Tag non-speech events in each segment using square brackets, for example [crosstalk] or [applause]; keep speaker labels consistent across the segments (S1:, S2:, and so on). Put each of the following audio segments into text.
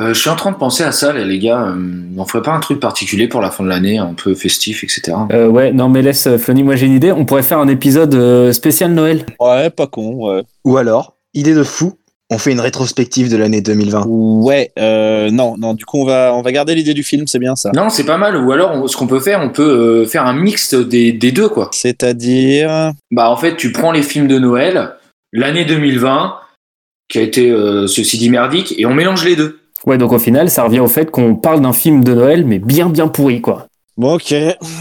S1: Euh, je suis en train de penser à ça, là, les gars. Euh, on ferait pas un truc particulier pour la fin de l'année, un peu festif, etc.
S2: Euh, ouais, non, mais laisse, euh, Flony, moi j'ai une idée. On pourrait faire un épisode euh, spécial Noël.
S3: Ouais, pas con, ouais.
S4: Ou alors, idée de fou, on fait une rétrospective de l'année 2020.
S3: Ouais, euh, non, non, du coup, on va, on va garder l'idée du film, c'est bien ça.
S1: Non, c'est pas mal. Ou alors, on- ce qu'on peut faire, on peut euh, faire un mixte des, des deux, quoi.
S3: C'est-à-dire.
S1: Bah, en fait, tu prends les films de Noël, l'année 2020, qui a été euh, ceci dit merdique, et on mélange les deux.
S2: Ouais, donc au final, ça revient au fait qu'on parle d'un film de Noël, mais bien, bien pourri, quoi.
S3: Bon, ok.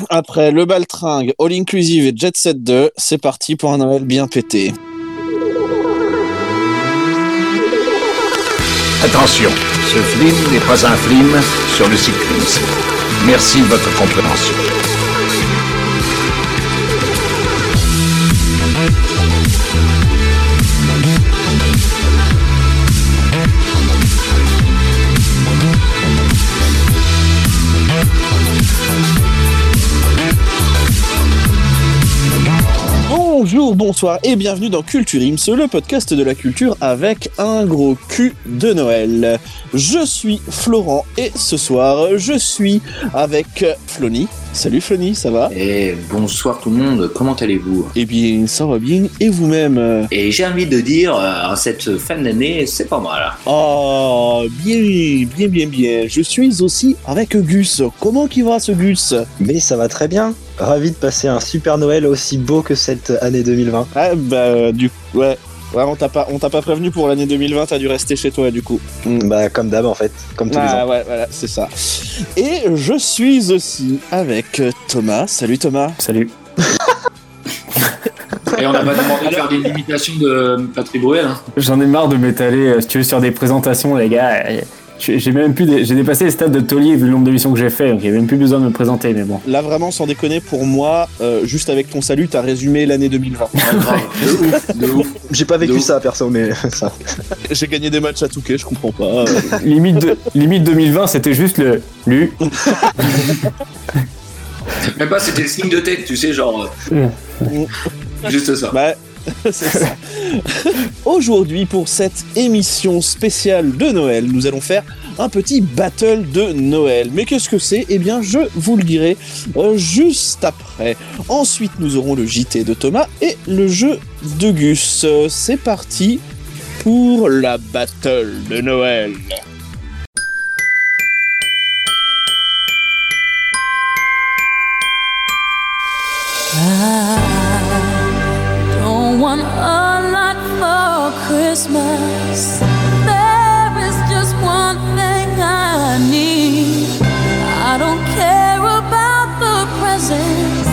S3: Après le baltringue, All Inclusive et Jet Set 2, c'est parti pour un Noël bien pété.
S5: Attention, ce film n'est pas un film sur le cyclisme. Merci de votre compréhension.
S3: Bonjour, bonsoir et bienvenue dans Culture Ims, le podcast de la culture avec un gros cul de Noël. Je suis Florent et ce soir, je suis avec Flony. Salut Flony, ça va
S1: Et Eh, bonsoir tout le monde, comment allez-vous
S3: Eh bien, ça va bien. Et vous-même euh
S1: Et j'ai envie de dire, euh, en cette fin d'année, c'est pas mal.
S3: Oh, bien, bien, bien, bien. Je suis aussi avec Gus. Comment qu'il va ce Gus
S4: Mais ça va très bien. Ravi de passer un super Noël aussi beau que cette année 2020.
S3: Ah bah du coup, ouais. Ouais, on t'a pas, on t'a pas prévenu pour l'année 2020, t'as dû rester chez toi du coup.
S4: Bah comme d'hab en fait, comme tous les
S3: Ah
S4: ans.
S3: ouais, voilà, c'est ça. Et je suis aussi avec euh, Thomas. Salut Thomas.
S2: Salut.
S1: Et on n'a pas demandé de faire des limitations de Patrick Bruel. hein.
S2: J'en ai marre de m'étaler, euh, si tu veux, sur des présentations, les gars. Euh, J'ai j'ai même plus, des- j'ai dépassé les stades de Tolier vu le nombre d'émissions que j'ai fait, donc j'ai même plus besoin de me présenter, [laughs] mais bon.
S3: Là vraiment, sans déconner, pour moi, euh, juste avec ton salut, t'as résumé l'année 2020.
S1: [laughs] Ouais, grave, de ouf, de ouf.
S4: J'ai pas vécu
S1: De ouf.
S4: ça perso, mais [laughs] ça.
S3: J'ai gagné des matchs à Touquet, je comprends pas. Euh,
S2: Limite, de- limite 2020, c'était juste le [laughs] lu.
S1: Même pas, c'était le signe de tête, tu sais, genre. euh, Juste ça.
S3: bah, [laughs] c'est ça. Aujourd'hui, pour cette émission spéciale de Noël, nous allons faire un petit battle de Noël. Mais qu'est-ce que c'est Eh bien, je vous le dirai euh, juste après. Ensuite, nous aurons le JT de Thomas et le jeu de Gus. Euh, C'est parti pour la battle de Noël.
S6: Don't want a lot for Christmas. There is just one thing I need. I don't care about the presents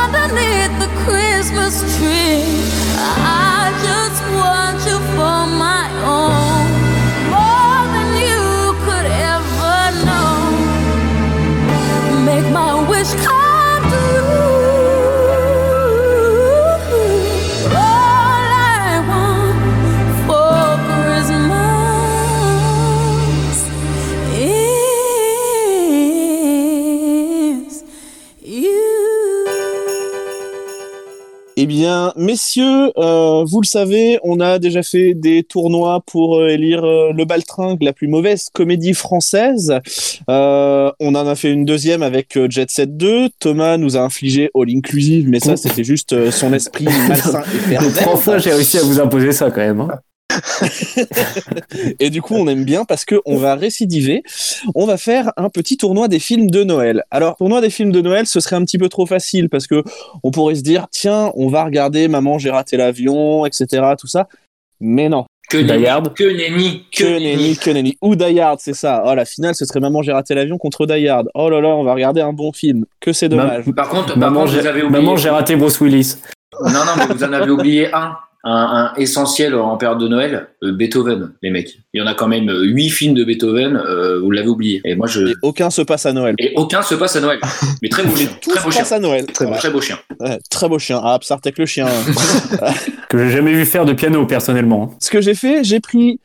S6: underneath the Christmas tree. I just want you for my own, more than you could ever know make my wish come true. All I want for Christmas is you.
S3: Eh bien, messieurs, euh, vous le savez, on a déjà fait des tournois pour euh, élire euh, le Baltringue, la plus mauvaise comédie française. Euh, on en a fait une deuxième avec euh, Jet Set 2. Thomas nous a infligé All Inclusive, mais ça, c'était juste euh, son esprit malsain et
S2: Donc, trois fois,
S3: pervers.
S2: j'ai réussi à vous imposer ça quand même. hein.
S3: Et du coup, on aime bien parce que on va récidiver. On va faire un petit tournoi des films de Noël. Alors, tournoi des films de Noël, ce serait un petit peu trop facile parce que on pourrait se dire, tiens, on va regarder Maman, j'ai raté l'avion, etc., tout ça. Mais non,
S1: Que
S2: Die
S1: nenni,
S2: Hard.
S1: que nenni,
S3: que nenni, que nenni. Ou Die Hard, c'est ça. Oh, la finale, ce serait Maman, j'ai raté l'avion contre Die Hard. Oh là là, on va regarder un bon film. Que c'est dommage.
S1: Par contre, par
S2: Maman,
S1: contre,
S2: j'ai
S1: vous avez oublié.
S2: maman, j'ai raté Bruce Willis.
S1: Non, non, mais vous en avez oublié un. Un, un essentiel en période de Noël, euh, Beethoven, les mecs. Il y en a quand même euh, huit films de Beethoven, euh, vous l'avez oublié. Et moi, je.
S3: Et aucun se passe à Noël.
S1: Et aucun se passe à Noël. Mais très beau chien.
S3: Tout
S1: Très
S3: se
S1: beau chien.
S3: passe à Noël.
S4: Très
S3: Voilà.
S1: Très beau chien.
S3: Ouais, très beau chien. Ah, Absartec le chien.
S2: que j'ai jamais vu faire de piano personnellement. hein.
S3: Ce que j'ai fait, j'ai pris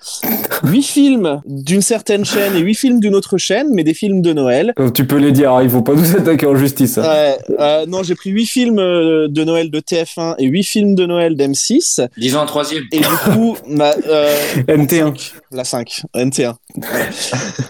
S3: huit films d'une certaine chaîne et huit films d'une autre chaîne, mais des films de Noël.
S2: Comme tu peux les dire, hein, ils vont pas [laughs] nous attaquer en justice. hein.
S3: Ouais, euh, non, j'ai pris huit films euh, de Noël de TF1 et huit films de Noël d'M6.
S7: Disons en troisième.
S1: [laughs]
S3: Et du coup, [laughs] ma, euh,
S2: Ah. MT1.
S3: la 5, NT1.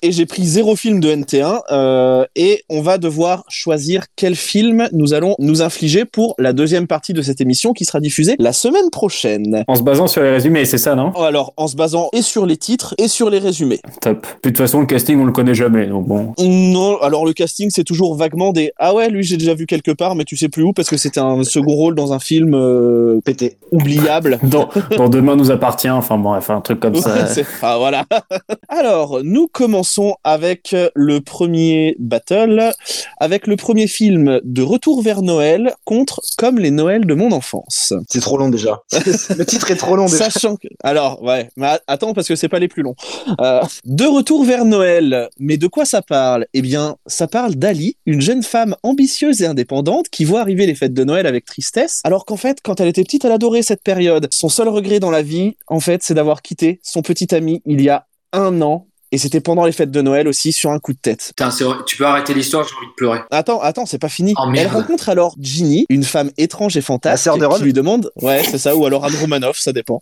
S3: et j'ai pris zéro film de NT1. euh, et on va devoir choisir quel film nous allons nous infliger pour la deuxième partie de cette émission qui sera diffusée la semaine prochaine.
S2: En se basant sur les résumés, c'est ça, non
S3: Oh, Alors, en se basant et sur les titres et sur les résumés.
S2: Top. Puis de toute façon, le casting, on le connaît jamais. Donc bon.
S3: Non, alors le casting, c'est toujours vaguement des Ah ouais, lui, j'ai déjà vu quelque part, mais tu sais plus où parce que c'était un second rôle dans un film euh,
S4: Pété.
S3: oubliable.
S2: [laughs] Dans, dans Demain nous appartient, enfin bon, enfin, un truc comme ça.
S3: C'est- ah voilà. [laughs] Alors, nous commençons avec le premier battle, avec le premier film de Retour vers Noël contre Comme les Noëls de mon enfance.
S4: C'est trop long déjà. le titre est trop long déjà.
S3: Sachant que... Alors, ouais, mais a- attends parce que c'est pas les plus longs. Euh, de Retour vers Noël, mais de quoi ça parle Eh bien, ça parle d'Ali, une jeune femme ambitieuse et indépendante qui voit arriver les fêtes de Noël avec tristesse, alors qu'en fait, quand elle était petite, elle adorait cette période. Son seul regret dans la vie, en fait, c'est d'avoir quitté son petit ami il y a un an. Et c'était pendant les fêtes de Noël aussi, sur un coup de tête.
S7: Putain, c'est vrai. tu peux arrêter l'histoire, j'ai envie de pleurer.
S3: Attends, attends, c'est pas fini.
S7: Oh,
S3: elle
S7: merde.
S3: rencontre alors Ginny, une femme étrange et fantastique,
S4: La sœur de Ron
S3: qui lui demande, ouais, c'est ça, ou alors Anne Romanoff, ça
S7: [laughs]
S3: dépend,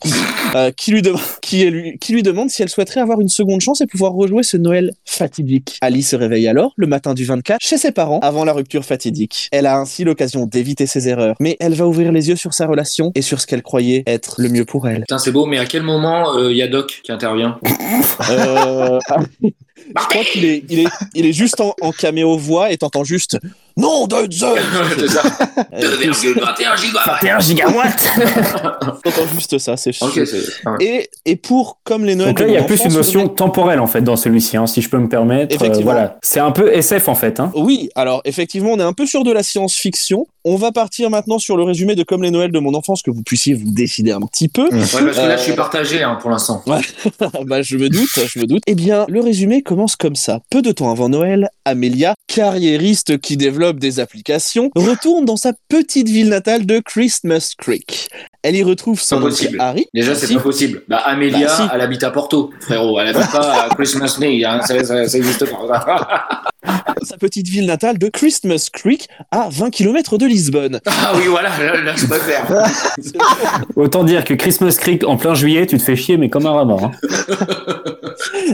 S3: Euh, qui lui demande, qui, est lui- qui lui demande si elle souhaiterait avoir une seconde chance et pouvoir rejouer ce Noël fatidique. Ali se réveille alors le matin du 24 chez ses parents avant la rupture fatidique. Elle a ainsi l'occasion d'éviter ses erreurs, mais elle va ouvrir les yeux sur sa relation et sur ce qu'elle croyait être le mieux pour elle.
S7: Putain, c'est beau, mais à quel moment il y a Doc qui intervient
S3: Euh, [laughs] je crois qu'il est, il est, il est juste en, en caméo voix et t'entends juste non de Zeus.
S7: C'est ça. 2,21 gigawatts.
S2: 21 gigawatts
S3: [laughs] T'entends juste ça, c'est
S7: Ok,
S3: chou-
S7: c'est. ah ouais.
S3: Et, et pour comme les Noëls
S2: Donc là,
S3: de
S2: il y a
S3: mon
S2: plus
S3: enfance,
S2: une
S3: on
S2: notion
S3: est-
S2: temporelle en fait dans celui-ci, hein, si je peux me permettre.
S3: Effectivement.
S2: voilà. C'est un peu SF en fait. Hein.
S3: Oui, alors effectivement, on est un peu sur de la science-fiction. On va partir maintenant sur le résumé de Comme les Noëls de mon enfance, que vous puissiez vous décider un petit
S2: Mm.
S3: peu.
S7: Ouais, parce que là,
S3: Euh,
S7: je suis partagé hein, pour l'instant.
S3: bah, je me doute, je me doute. Eh bien, le résumé commence comme ça. Peu de temps avant Noël, Amelia, carriériste qui développe des applications, retourne dans sa petite ville natale de Christmas Creek. Elle y retrouve son oncle
S7: Impossible.
S3: Harry.
S7: Déjà, c'est
S3: Ah, Si.
S7: pas possible. Bah, Amélia,
S3: Bah, si.
S7: elle habite à Porto, frérot. Elle habite pas à Christmas Day. Hein. Ça, ça, ça existe pas. [laughs]
S3: sa petite ville natale de Christmas Creek, à 20 km de Lisbonne.
S7: ah oui, voilà, là, là, je préfère.
S2: Autant dire que Christmas Creek en plein juillet, tu te fais chier, mais comme un ramor. hein.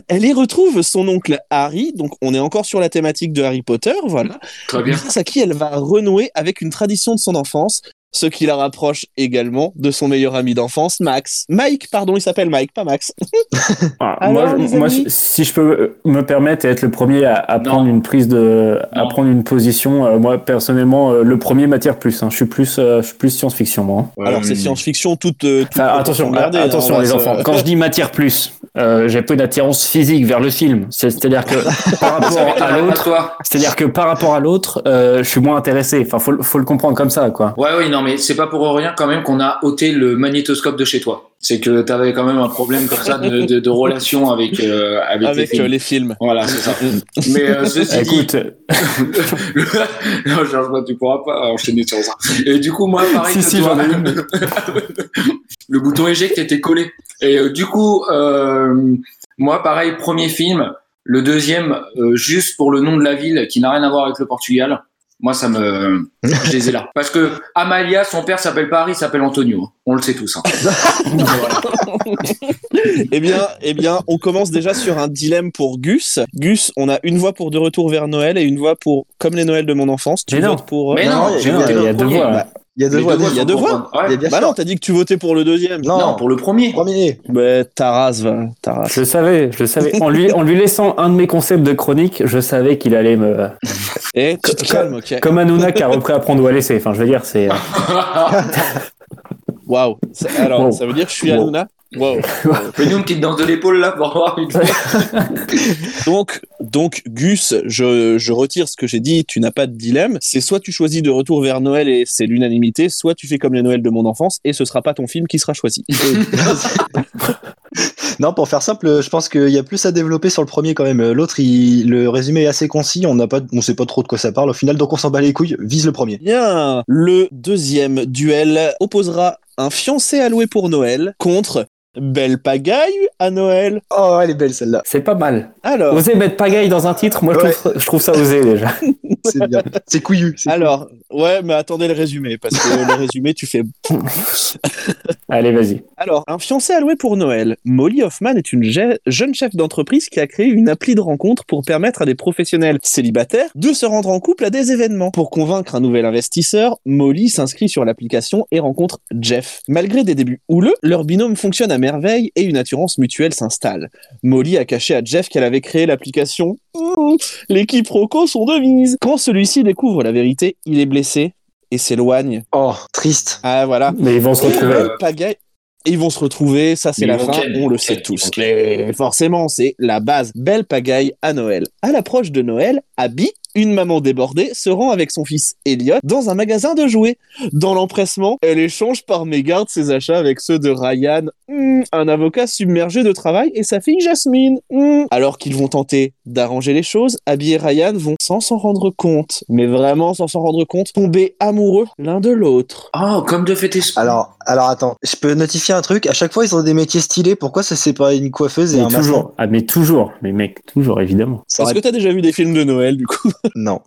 S3: Elle y retrouve son oncle Harry, donc on est encore sur la thématique de Harry Potter, voilà,
S7: Très bien.
S3: grâce à qui elle va renouer avec une tradition de son enfance, ce qui la rapproche également de son meilleur ami d'enfance, Max. Mike, pardon, il s'appelle Mike, pas Max.
S2: Ah,
S3: Alors,
S2: moi,
S3: les
S2: je- moi,
S3: amis
S2: je- si je peux me permettre et être le premier à, à
S7: Non.
S2: prendre une prise de, à
S7: Non.
S2: prendre une position, euh, moi personnellement, euh, le premier m'attire plus. hein. Je suis plus, euh, je suis plus science-fiction moi. hein.
S3: Alors c'est science-fiction toute... euh, toute
S2: Enfin, attention,
S3: regardez,
S2: a-
S3: hein,
S2: attention
S3: on va
S2: les
S3: se-
S2: enfants. Quand je dis m'attire plus, euh, j'ai peu d'attirance physique vers le film. C'est- C'est-à-dire
S3: [laughs]
S2: que par rapport à l'autre,
S7: toi.
S2: c'est-à-dire que par rapport à l'autre, euh, je suis moins intéressé. Enfin, faut, le- faut le comprendre comme ça, quoi.
S7: Ouais, oui, non, mais c'est pas pour rien quand même qu'on a ôté le magnétoscope de chez toi. C'est que t'avais quand même un problème comme ça de, de, de relation avec, euh, avec, tes
S3: Avec
S7: filles.
S3: euh, les films.
S7: Voilà, c'est ça. mais euh, ceci dit,
S2: Écoute,
S7: le- [laughs] non, Georges, moi, tu pourras pas hein, enchaîner sur ça. Et du coup, moi, pareil
S2: Si,
S7: que
S2: si,
S7: toi.
S2: j'en ai
S7: [laughs] le bouton éjecte était collé. Et euh, du coup, euh, moi, pareil, premier film. Le deuxième, euh, juste pour le nom de la ville, qui n'a rien à voir avec le Portugal. Moi, ça me, je les ai là. Parce que Amalia, son père s'appelle Paris, s'appelle Antonio. On le sait tous. hein. Voilà.
S3: Eh bien, eh bien, on commence déjà sur un dilemme pour Gus. Gus, on a une voix pour De Retour vers Noël et une voix pour Comme les Noëls de mon enfance. Tu
S2: Mais non.
S3: votes pour... euh,
S7: Mais non,
S4: non,
S7: j'ai
S4: non,
S7: voté
S2: il y a
S7: le
S2: deux
S7: premier.
S2: voix. hein.
S7: Bah,
S4: Il y a deux
S7: les
S4: voix.
S3: il y a
S7: sont
S3: deux voix.
S7: contre- ouais.
S4: Il y a bien
S3: Bah
S4: sûr.
S3: non, t'as dit que tu votais pour le deuxième.
S4: Non,
S7: Non, pour le premier.
S4: premier.
S3: Bah, ta race, va, ta
S7: bah.
S3: race.
S2: je le savais, je le savais. En lui, en lui laissant un de mes concepts de chronique, je savais qu'il allait me,
S3: Eh, tu te
S2: Co-
S3: calmes, ok.
S2: comme Hanouna qui a repris à prendre ou à laisser. Enfin, je veux dire, c'est,
S3: Waouh. Ça- Alors,
S2: Wow.
S3: ça veut dire que je suis
S2: Wow.
S3: Hanouna Wow.
S7: Fais-nous une petite danse de l'épaule là pour avoir une.
S3: Donc, donc Gus, je, je retire ce que j'ai dit. Tu n'as pas de dilemme. C'est soit tu choisis de retour vers Noël et c'est Eh l'unanimité, soit tu fais comme les Noëls de mon enfance et ce sera pas ton film qui sera choisi.
S4: Non, pour faire simple, je pense qu'il y a plus à développer sur le premier quand même. L'autre, il- le résumé est assez concis, on n'a pas, on sait pas trop de quoi ça parle au final, donc on s'en bat les couilles. Vise le premier.
S3: Bien. Le deuxième duel opposera un fiancé alloué pour Noël contre Belle Pagaille à Noël.
S4: Oh, elle est belle celle-là.
S2: C'est pas mal.
S7: Ah.
S3: Alors,
S2: Oser mettre pagaille dans un titre, moi je,
S4: Ouais.
S2: trouve, je trouve ça osé déjà.
S4: C'est bien. C'est couillu. c'est
S3: alors, ouais, mais attendez le résumé parce que le résumé, tu fais
S2: Allez, vas-y.
S3: Alors, un fiancé alloué pour Noël, Molly Hoffman est une je- jeune chef d'entreprise qui a créé une appli de rencontre pour permettre à des professionnels célibataires de se rendre en couple à des événements. Pour convaincre un nouvel investisseur, Molly s'inscrit sur l'application et rencontre Jeff. Malgré des débuts houleux, leur binôme fonctionne à merveille et une attirance mutuelle s'installe. Molly a caché à Jeff qu'elle avait créé l'application. Ouh, Les quiproquos sont de mise. Quand celui-ci découvre la vérité, il est blessé et s'éloigne.
S4: cool. Oh, triste.
S3: Ah voilà.
S2: Mais ils vont se retrouver.
S3: Le pagaille. Et Euh, ils vont se retrouver, ça c'est
S7: Euh, Ils
S3: la
S7: vont
S3: fin,
S7: ken,
S3: on le
S7: ken,
S3: sait
S7: ils
S3: tous.
S7: vont ken.
S3: Mais forcément, c'est la base. Belle pagaille à Noël. À l'approche de Noël, Abby, une maman débordée, se rend avec son fils Elliot dans un magasin de jouets. Dans l'empressement, elle échange par mégarde ses achats avec ceux de Ryan, hmm, un avocat submergé de travail, et sa fille Jasmine. hmm. Alors qu'ils vont tenter d'arranger les choses, Abby et Ryan vont, sans s'en rendre compte, mais vraiment sans s'en rendre compte, tomber amoureux l'un de l'autre.
S7: Oh, comme de fêter ce.
S4: Alors, alors attends, je peux notifier un truc. À chaque fois, ils ont des métiers stylés. Pourquoi ça c'est pas une coiffeuse et
S2: Mais
S4: un maçon
S2: toujours. Ah, mais toujours. Mais mec, toujours, évidemment.
S4: Ça
S3: Est-ce
S4: aurait-
S3: que t'as déjà vu des films de Noël, du coup
S4: Non.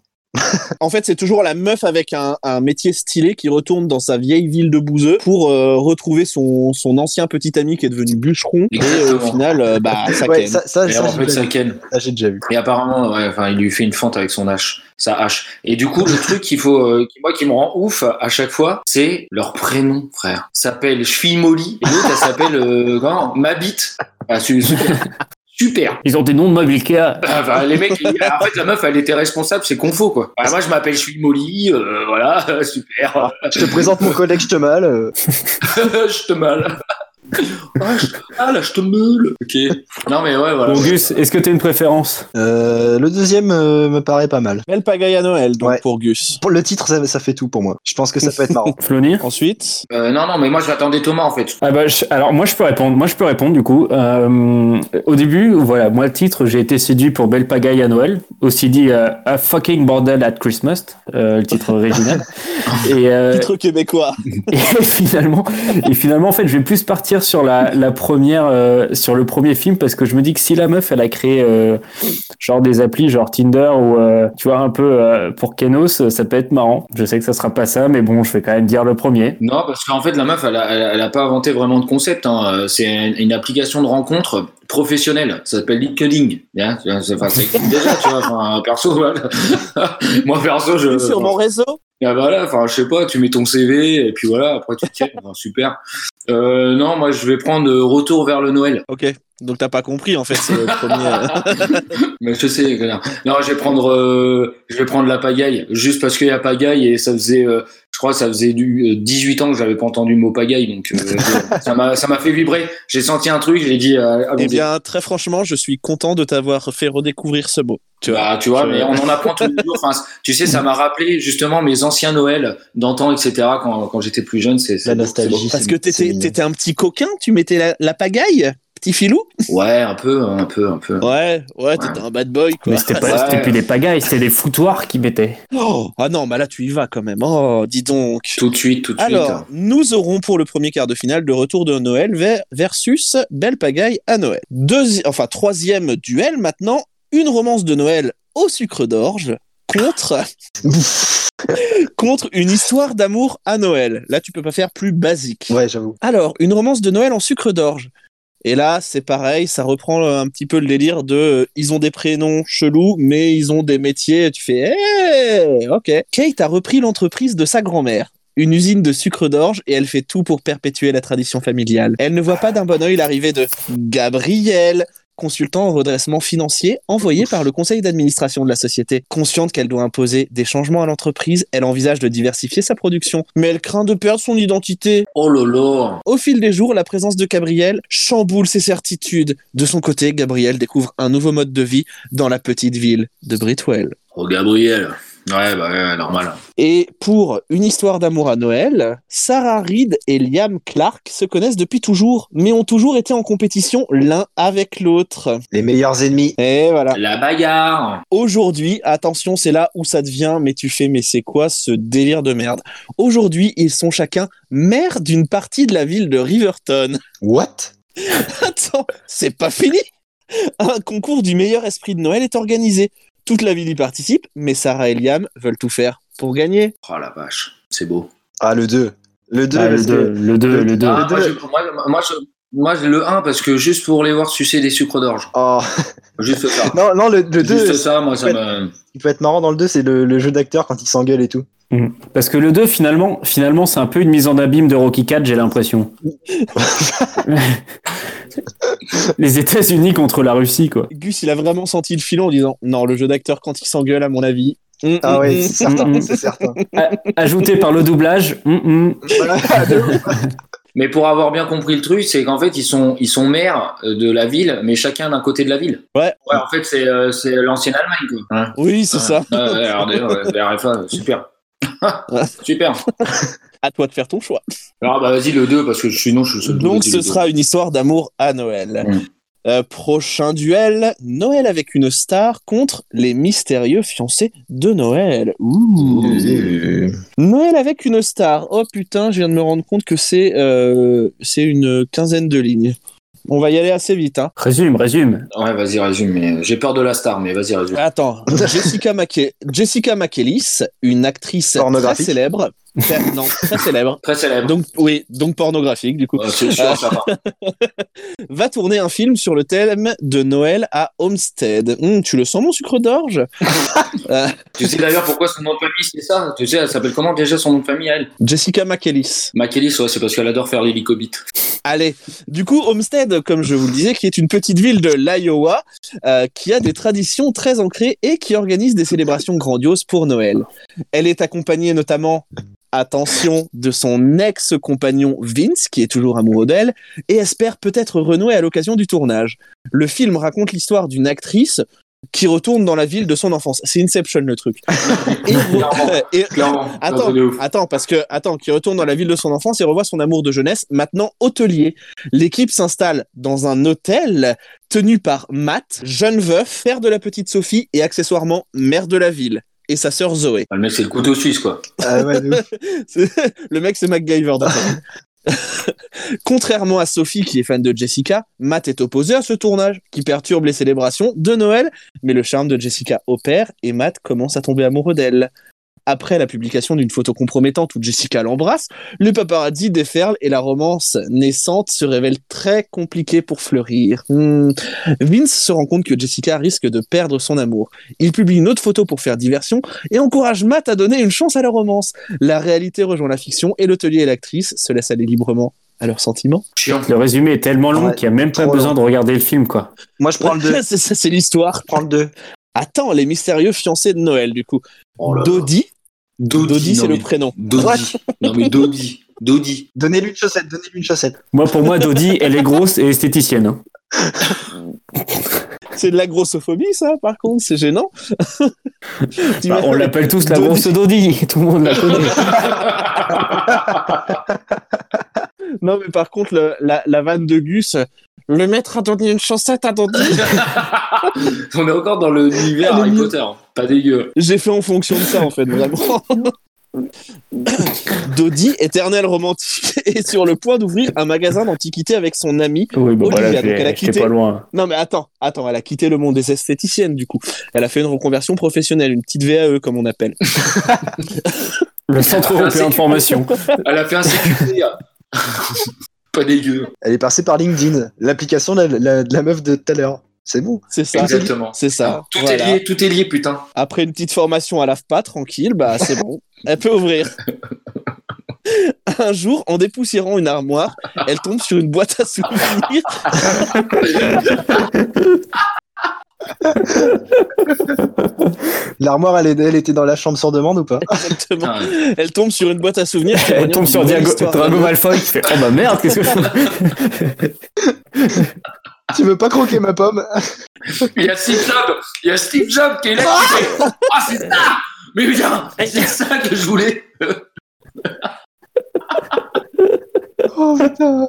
S3: En fait, c'est toujours la meuf avec un, un métier stylé qui retourne dans sa vieille ville de Bouzeux pour euh, retrouver son, son ancien petit ami qui est devenu bûcheron. Et euh, au final, euh, bah, ça
S4: Ouais,
S3: ken.
S4: ça, ça,
S7: Et
S4: ça,
S7: en
S4: j'ai
S7: fait,
S4: déjà
S7: ça
S4: vu.
S7: ken.
S4: Ça, j'ai déjà vu.
S7: Et apparemment, ouais, enfin, il lui fait une fente avec son hache, sa hache. Et du coup,
S4: [laughs]
S7: le truc qu'il faut, euh, qui, moi, qui me rend ouf à chaque fois, c'est leur prénom, frère. S'appelle Chfimoli et l'autre, elle s'appelle euh, [laughs] comment Mabite. Ah, c'est- c'est- super. Ah,
S2: Ils ont des noms de meubles Ikea.
S7: Enfin, les mecs, ils- en fait, la meuf, elle était responsable, c'est confo quoi. Ah, moi, je m'appelle Chfimoli euh, voilà, [laughs] super.
S4: Ah, Je te présente mon collègue, je te mal. euh.
S7: [laughs] je te mal. Ah, je te mal, je te meule. Ok. Non, mais ouais, voilà.
S2: Bon, Gus, Euh, est-ce que t'as une préférence
S4: Euh, le deuxième euh, me paraît pas mal.
S3: Belle pagaille à Noël, donc
S4: Ouais.
S3: pour Gus.
S4: Pour le titre, ça, ça fait tout pour moi. Je pense que ça peut être marrant.
S2: Flonir
S3: Ensuite,
S7: Euh, non, non, mais moi, je l'attendais Thomas, en fait.
S2: Ah bah, je- alors moi je peux répondre, moi je peux répondre du coup. Euh, au début, voilà, moi le titre, j'ai été séduit pour Belle Pagaille à Noël, aussi dit euh, A Fucking Bordel at Christmas, euh, le [laughs] titre original. et, euh,
S3: titre québécois.
S2: et [laughs] finalement, et finalement en fait, je vais plus partir sur la, la première, euh, sur le premier film parce que je me dis que si la meuf elle a créé euh, genre des applis genre Tinder ou euh, tu vois un peu euh, pour Kenos, euh, ça peut être marrant. Je sais que ça sera pas ça, mais bon, je vais quand même dire le premier.
S7: Non, parce qu'en fait, la meuf, elle a, elle a- elle a pas inventé vraiment de concept. hein. Euh, C'est un- une application de rencontre professionnelle. Ça s'appelle LinkedIn. Hein, tu vois, c'est- Enfin, ça existe déjà, tu vois. Enfin, euh, perso, voilà. [laughs] moi, perso, je.
S3: Sur mon réseau,
S7: Ah, voilà, enfin, je sais pas, tu mets ton CV et puis voilà, après tu te Enfin, super. Euh, non, moi, je vais prendre euh, Retour vers le Noël.
S3: ok. Donc t'as pas compris en fait, c'est le premier. euh,
S7: Mais je sais, que- non, je vais prendre, euh, je vais prendre la pagaille, juste parce qu'il y a pagaille et ça faisait, euh, je crois, que ça faisait du euh, 18 ans que j'avais pas entendu le mot pagaille, donc euh, je- ça m'a, ça m'a fait vibrer. J'ai senti un truc, j'ai dit, euh,
S3: eh
S7: allons-y.
S3: bien, très franchement, je suis content de t'avoir fait redécouvrir ce mot. Tu vois.
S7: Bah, tu vois,
S3: je-
S7: mais on en apprend tous les jours. Enfin, c- tu sais, ça m'a rappelé justement mes anciens Noël d'antan, etc. Quand, quand j'étais plus jeune, c'est c'est
S4: La
S7: beau, c'est beau.
S4: nostalgie.
S3: Parce
S4: c'est-
S3: que
S4: c'est
S3: t'étais
S4: mignon.
S3: t'étais un petit coquin, tu mettais la, la pagaille, petit filou.
S7: Ouais, un peu, un peu, un peu.
S3: Ouais, ouais, t'étais un bad boy quoi.
S2: Mais c'était pas,
S7: Ouais.
S2: c'était plus des pagailles, c'était des foutoirs qui mettaient.
S3: [laughs] Oh, ah non, bah là tu y vas quand même. Oh, dis donc.
S7: Tout de suite, tout de
S3: Alors,
S7: suite.
S3: nous aurons pour le premier quart de finale le retour de Noël ver- versus Belle Pagaille à Noël. Deuxi- enfin, troisième duel maintenant, une romance de Noël au sucre d'orge contre, contre une histoire d'amour à Noël. Là, tu peux pas faire plus basique.
S4: Ouais, j'avoue.
S3: Alors, une romance de Noël en sucre d'orge. Et là, c'est pareil, ça reprend euh, un petit peu le délire de euh, ils ont des prénoms chelous, mais ils ont des métiers. Et tu fais, hey, ok. Kate a repris l'entreprise de sa grand-mère, une usine de sucre d'orge, et elle fait tout pour perpétuer la tradition familiale. Elle ne voit pas d'un bon oeil l'arrivée de Gabriel, consultant en redressement financier envoyé par le conseil d'administration de la société. Consciente qu'elle doit imposer des changements à l'entreprise, elle envisage de diversifier sa production, mais elle craint de perdre son identité.
S7: Oh lolo.
S3: Au fil des jours, la présence de Gabriel chamboule ses certitudes. De son côté, Gabriel découvre un nouveau mode de vie dans la petite ville de Britwell.
S7: Oh Gabriel. Ouais, bah, ouais, normal.
S3: Et pour Une histoire d'amour à Noël, Sarah Reed et Liam Clark se connaissent depuis toujours, mais ont toujours été en compétition l'un avec l'autre.
S4: Les meilleurs ennemis.
S3: Et voilà.
S7: La bagarre.
S3: Aujourd'hui, attention, c'est là où ça devient, mais tu fais, mais c'est quoi ce délire de merde Aujourd'hui, ils sont chacun maire d'une partie de la ville de Riverton.
S4: What
S3: Attends, c'est pas fini Un concours du meilleur esprit de Noël est organisé. Toute la ville y participe, mais Sarah et Liam veulent tout faire pour gagner.
S7: Oh la vache, c'est beau.
S4: Ah, le 2. Le 2,
S2: Ah, le 2, le 2, le 2.
S7: Ah,
S4: deux.
S7: moi, je- moi, moi, je- moi, je- le 1 parce que juste pour les voir sucer des sucres d'orge. Juste ça.
S4: Oh. Non, non, le, le 2,
S7: juste ça, moi, ça
S4: ouais.
S7: me.
S4: qui peut être marrant dans le 2, c'est le, le jeu d'acteur quand il s'engueule et tout.
S2: Parce que le 2, finalement, finalement c'est un peu une mise en abîme de Rocky 4, j'ai l'impression. Les États-Unis contre la Russie, quoi.
S3: Gus, il a vraiment senti le filon en disant Non, le jeu d'acteur, quand il s'engueule, à mon avis. mm,
S4: Ah
S3: mm,
S4: ouais,
S3: mm.
S4: c'est certain,
S2: mm.
S4: c'est certain.
S2: Ajouté par le doublage. hum, hum.
S4: [laughs] Voilà, de ouf.
S7: Mais pour avoir bien compris le truc, c'est qu'en fait, ils sont, ils sont maires euh, de la ville, mais chacun d'un côté de la ville.
S3: Ouais.
S7: Ouais, en fait, c'est euh, c'est l'ancienne Allemagne, quoi.
S3: [laughs]
S7: Ouais.
S3: Oui, c'est
S7: Ouais.
S3: ça.
S7: Ouais, ouais, alors, d'ailleurs, ouais, la RFA,
S3: [laughs]
S7: euh, super. [laughs] super.
S3: À toi de faire ton choix.
S7: Alors, bah, vas-y, le 2, parce que sinon, je suis
S3: Donc, ce sera une histoire d'amour à Noël.
S7: Mm.
S3: Euh, prochain duel Noël avec une star contre les mystérieux fiancés de Noël. Ouh. Noël avec une star. Oh putain, je viens de me rendre compte que c'est euh, c'est une quinzaine de lignes. On va y aller assez vite. Hein.
S2: Résume, résume.
S7: Ouais, vas-y, résume. mais euh, J'ai peur de la star, mais vas-y, résume.
S3: Attends, Jessica, Maque- Jessica McEllis, une actrice très
S4: Pornographique.
S3: célèbre. Très- non, très célèbre.
S7: Très célèbre.
S3: Donc, oui, donc pornographique, du coup.
S7: Euh, c'est sûr,
S3: [laughs]
S7: ça va.
S3: Va tourner un film sur le thème de Noël à Homestead. Hum, tu le sens, mon sucre d'orge Euh,
S7: Tu sais d'ailleurs pourquoi son nom de famille, c'est ça Tu sais, elle s'appelle comment déjà son nom de famille, elle
S3: Jessica McEllis.
S7: Makelis, ouais, c'est parce qu'elle adore faire l'hélicobite.
S3: Allez, du coup, Homestead, comme je vous le disais, qui est une petite ville de l'Iowa, euh, qui a des traditions très ancrées et qui organise des célébrations grandioses pour Noël. Elle est accompagnée notamment, attention, de son ex-compagnon Vince, qui est toujours amoureux d'elle, et espère peut-être renouer à l'occasion du tournage. Le film raconte l'histoire d'une actrice qui retourne dans la ville de son enfance. C'est Inception le truc. Et-
S7: Clairement.
S3: et-
S7: Clairement.
S3: Attends.
S7: Un truc de ouf.
S3: Attends, parce que, attends, qui retourne dans la ville de son enfance et revoit son amour de jeunesse, maintenant hôtelier. L'équipe s'installe dans un hôtel tenu par Matt, jeune veuf, père de la petite Sophie et accessoirement mère de la ville. Et sa sœur Zoé.
S7: Ah, Le mec, c'est le couteau suisse, quoi.
S4: Ah ouais, de ouf.
S3: C'est- [laughs] Le mec, c'est MacGyver. dans sa vie. [laughs] Contrairement à Sophie, qui est fan de Jessica, Matt est opposé à ce tournage, qui perturbe les célébrations de Noël, mais le charme de Jessica opère et Matt commence à tomber amoureux d'elle. Après la publication d'une photo compromettante où Jessica l'embrasse, les paparazzi déferlent et la romance naissante se révèle très compliquée pour fleurir. Hmm. Vince se rend compte que Jessica risque de perdre son amour. Il publie une autre photo pour faire diversion et encourage Matt à donner une chance à la romance. La réalité rejoint la fiction et l'hôtelier et l'actrice se laissent aller librement à leurs sentiments.
S7: Chiant.
S2: Le résumé est tellement long
S4: Ouais,
S2: qu'il n'y a même pas
S4: trop
S2: besoin de
S4: long.
S2: regarder le film, quoi.
S4: Moi, je prends [laughs] le 2.
S3: [laughs] c'est ça, c'est l'histoire.
S4: prends le 2.
S3: Attends, les mystérieux fiancés de Noël, du coup.
S7: Oh là là.
S3: Dodi.
S7: Dodi,
S3: Dodi,
S7: non,
S3: c'est le
S7: mais-
S3: prénom.
S7: Dodi. Non, mais Dodi. Dodi.
S4: Donnez-lui une chaussette, donnez-lui une chaussette.
S2: Moi, pour moi, Dodi, elle est grosse et esthéticienne. hein.
S3: C'est de la grossophobie, ça, par contre, c'est
S7: [laughs]
S3: gênant. Tu
S2: Bah, on
S3: m'as-
S2: l'appelle tous la
S3: Dodi.
S2: grosse Dodi. [laughs] Tout le monde
S3: [laughs]
S2: la connaît.
S3: Non, mais par contre, le- la, la vanne de Gus, euh, le maître a donné une chaussette à Dodi.
S7: On est encore dans l'univers
S3: Elle est
S7: Harry
S3: mignonne.
S7: Potter. Pas dégueu.
S3: J'ai fait en fonction de ça, en fait,
S7: [laughs]
S3: vraiment. Dodi, éternel romantique, [laughs] est sur le point d'ouvrir un magasin d'antiquités avec son ami
S2: Oui, bon,
S3: Olivia,
S2: voilà,
S3: donc elle a
S2: j'étais- j'étais
S3: quitté.
S2: pas loin.
S3: Non mais attends, attends, elle a quitté le monde des esthéticiennes du coup. Elle a fait une reconversion professionnelle, une petite VAE comme on appelle.
S2: Le Centre européen de formation.
S7: Elle a fait un CQP. [laughs] Pas dégueu.
S4: Elle est passée par LinkedIn, l'application de la, la- de la meuf de tout à l'heure. C'est bon.
S3: C'est ça.
S7: Exactement.
S3: C'est ça.
S7: Tout
S3: Voilà.
S7: est lié, tout est lié, putain.
S3: Après une petite formation à l'AFPA, tranquille, bah c'est bon. Elle peut ouvrir. Un jour, en dépoussiérant une armoire, elle tombe sur une boîte à
S7: [laughs]
S3: souvenirs.
S4: L'armoire, elle, est- elle était dans la chambre sur demande ou [laughs] pas
S3: Exactement.
S7: Putain,
S3: Elle tombe sur une boîte à souvenirs.
S2: Elle tombe sur Diago,
S3: Histoire
S2: Drago
S3: d'amour.
S2: Malfoy qui fait Oh bah merde, qu'est-ce que je fais
S4: Tu veux pas croquer ma pomme
S7: Il y a Steve Jobs, il y a Steve Jobs qui est là. qui fait, Ah, c'est ça Mais putain, c'est ça que je voulais. [laughs]
S4: Oh putain.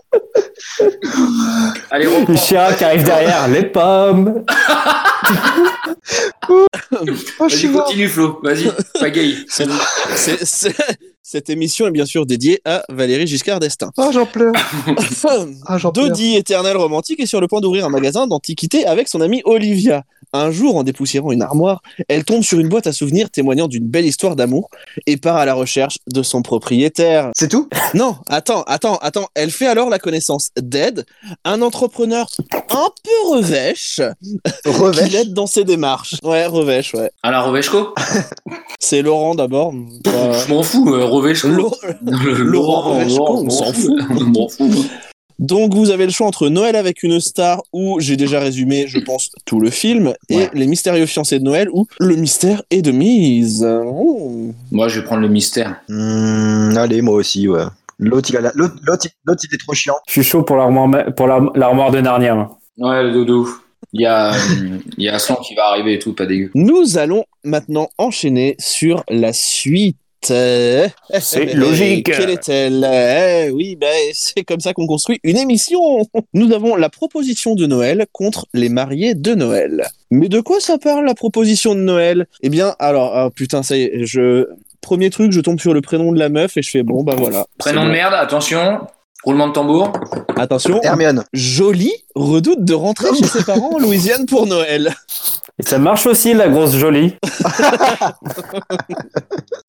S7: Allez,
S2: Le
S7: reprends.
S2: chien qui arrive derrière, les pommes.
S4: Oh, je suis
S7: Vas-y,
S4: mort.
S7: continue, Flo. Vas-y, pagaille.
S3: Cette, c'est- c'est- cette émission est bien sûr dédiée à Valérie Giscard d'Estaing.
S4: Ah, j'en pleure. Ah, j'en pleure.
S3: Dodie, éternel romantique, est sur le point d'ouvrir un magasin d'antiquités avec son amie Olivia. Un jour, en dépoussiérant une armoire, elle tombe sur une boîte à souvenirs témoignant d'une belle histoire d'amour et part à la recherche de son propriétaire.
S4: C'est [laughs] tout
S3: Non, attends, attends, attends. Elle fait alors la connaissance d'Ed, un entrepreneur un peu revêche, qui
S4: Revêche.
S3: l'aide dans ses démarches. Ouais, revêche, ouais.
S7: À la Reveschko
S3: C'est Laurent d'abord. Euh,
S7: Je m'en fous, euh, Reveschko.
S3: Laurent- Laurent
S7: Le- [laughs] Laurent,
S3: Reveschko,
S7: Laurent,
S3: on
S7: on
S3: s'en
S7: s'en fout. [laughs] On m'en fout.
S3: Donc vous avez le choix entre Noël avec une star où j'ai déjà résumé, je pense, tout le film, et
S7: Ouais.
S3: les mystérieux fiancés de Noël où le mystère est de mise. Oh.
S7: Moi, je vais prendre le mystère.
S4: Hmm, allez, moi aussi, ouais. L'autre, il, a la- l'autre, l'autre, il- l'autre, il est trop chiant.
S2: Je suis chaud pour l'armoire ma- pour l'arm- l'armoire de Narnia. moi.
S7: Ouais, le dodo. Il y a, euh, il y a Aslan qui va arriver et tout, pas dégueu.
S3: Nous allons maintenant enchaîner sur la suite. Euh,
S2: C'est
S3: eh,
S2: logique.
S3: Quelle est-elle Eh Oui, ben, c'est comme ça qu'on construit une émission. [laughs] Nous avons la proposition de Noël contre les mariés de Noël. Mais de quoi ça parle la proposition de Noël Eh bien, alors, ah, putain, ça y est, je... Premier truc, je tombe sur le prénom de la meuf et je fais bon, bah voilà.
S7: Prénom de
S3: C'est
S7: merde, attention. Roulement de tambour.
S3: bon. Attention,
S4: Hermione.
S3: Jolie redoute de rentrer
S2: [laughs]
S3: chez ses parents en Louisiane pour Noël.
S2: Et ça marche aussi, la grosse jolie.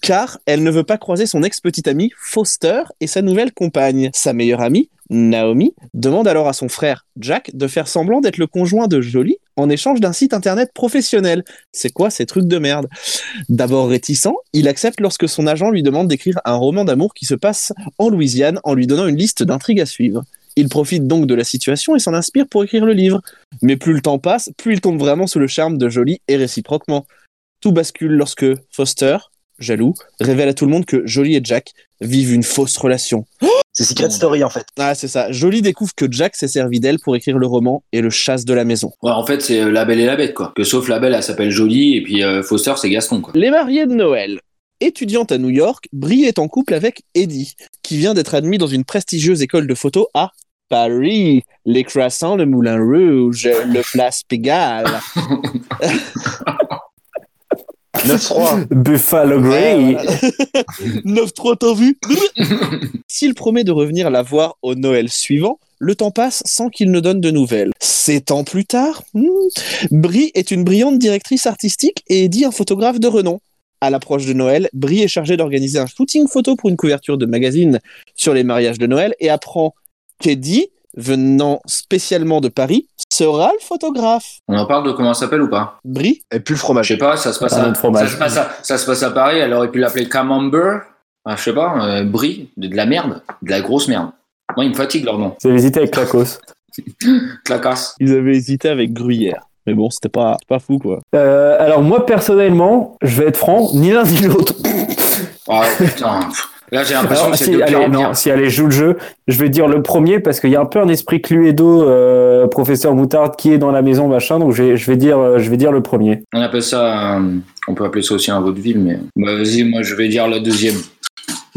S3: car elle ne veut pas croiser son ex-petite amie Foster et sa nouvelle compagne. Sa meilleure amie, Naomi, demande alors à son frère Jack de faire semblant d'être le conjoint de Jolie en échange d'un site internet professionnel. C'est quoi ces trucs de merde D'abord réticent, il accepte lorsque son agent lui demande d'écrire un roman d'amour qui se passe en Louisiane en lui donnant une liste d'intrigues à suivre. Il profite donc de la situation et s'en inspire pour écrire le livre. Mais plus le temps passe, plus il tombe vraiment sous le charme de Jolie et réciproquement. Tout bascule lorsque Foster, jaloux, révèle à tout le monde que Jolie et Jack vivent une fausse relation.
S4: C'est Secret Story, en fait.
S3: Ah, c'est ça. Jolie découvre que Jack s'est servi d'elle pour écrire le roman et le chasse de la maison.
S7: Ouais, en fait, c'est euh, La Belle et la Bête, quoi. Que sauf La Belle, elle s'appelle Jolie, et puis euh, Foster, c'est Gaston, quoi.
S3: Les mariés de Noël. Étudiante à New York, Brie est en couple avec Eddie, qui vient d'être admis dans une prestigieuse école de photo à Paris. Les croissants, le Moulin Rouge, le Place Pigalle.
S4: [laughs] 9-3.
S2: Buffalo Grey.
S3: Ah, 9-3, t'as vu S'il promet de revenir la voir au Noël suivant, le temps passe sans qu'il ne donne de nouvelles. Sept ans plus tard, hmm, Brie est une brillante directrice artistique et Eddie un photographe de renom. À l'approche de Noël, Brie est chargée d'organiser un shooting photo pour une couverture de magazine sur les mariages de Noël et apprend qu'Eddie, venant spécialement de Paris, sera le photographe.
S7: On en parle de comment elle s'appelle ou pas
S3: Brie
S4: Et plus le
S7: Je sais
S4: fromage.
S7: pas, ça se passe
S2: Ah,
S7: à,
S2: le fromage.
S7: ça se passe à, ça se passe à Paris, elle aurait pu l'appeler Camembert. Ah, je sais pas, euh, Brie, de, de la merde, de la grosse merde. Moi, ils me fatiguent leur nom.
S2: J'ai hésité avec Cracos.
S7: Clacasse.
S3: Ils avaient hésité avec Gruyère. Mais bon, c'était pas, pas fou, quoi.
S2: Euh, alors moi personnellement, je vais être franc, ni l'un ni l'autre.
S7: Ah, putain. Pff. Là, j'ai l'impression
S2: Alors,
S7: que c'est
S2: si,
S7: de pire
S2: allez,
S7: en pire.
S2: non, si allez, joue le jeu, je vais dire le premier parce qu'il y a un peu un esprit Cluedo, euh, professeur Moutarde qui est dans la maison machin, donc je vais, je vais dire, euh, je vais dire le premier.
S7: On appelle ça, euh, on peut appeler ça aussi un vaudeville, mais bah, vas-y, moi je vais dire la deuxième.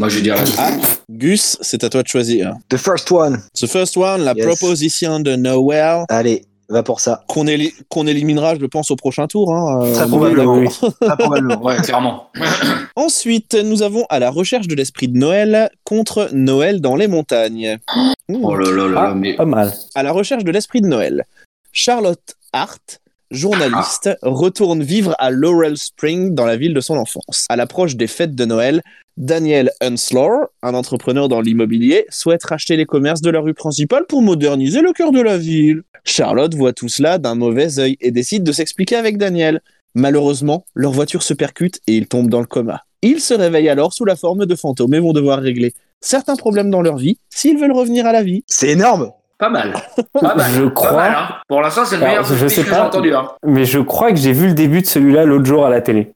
S7: Moi je vais dire la deuxième.
S3: Gus, c'est à toi de choisir.
S4: The first one.
S3: The first one, la
S4: Yes.
S3: proposition de Noël,
S4: Allez, va pour ça.
S3: qu'on éli- qu'on éliminera, je pense, au prochain tour. hein, euh,
S4: Très
S3: on
S4: probablement.
S3: oublie
S4: Pas probablement.
S7: Ouais, clairement.
S3: le- [laughs] Ensuite, nous avons à la recherche de l'esprit de Noël contre Noël dans les montagnes. Mmh.
S7: Oh là là là,
S2: Ah.
S7: là, mais
S2: Pas mal.
S3: À la recherche de l'esprit de Noël, Charlotte Hart, journaliste, retourne vivre à Laurel Spring dans la ville de son enfance. À l'approche des fêtes de Noël, Daniel Unslore, un entrepreneur dans l'immobilier, souhaite racheter les commerces de la rue principale pour moderniser le cœur de la ville. Charlotte voit tout cela d'un mauvais œil et décide de s'expliquer avec Daniel. Malheureusement, leur voiture se percute et ils tombent dans le coma. Ils se réveillent alors sous la forme de fantômes et vont devoir régler certains problèmes dans leur vie s'ils veulent revenir à la vie.
S4: [laughs] C'est énorme.
S7: pas mal.
S2: [laughs]
S7: Ah Pas mal.
S2: Je
S7: Pas mal,
S2: crois,
S7: hein. Pour l'instant, c'est le
S2: Alors,
S7: meilleur
S2: je
S7: vaudeville
S2: sais
S7: que j'ai
S2: pas.
S7: entendu. Hein.
S2: mais je crois que j'ai vu le début de celui-là l'autre jour à la télé,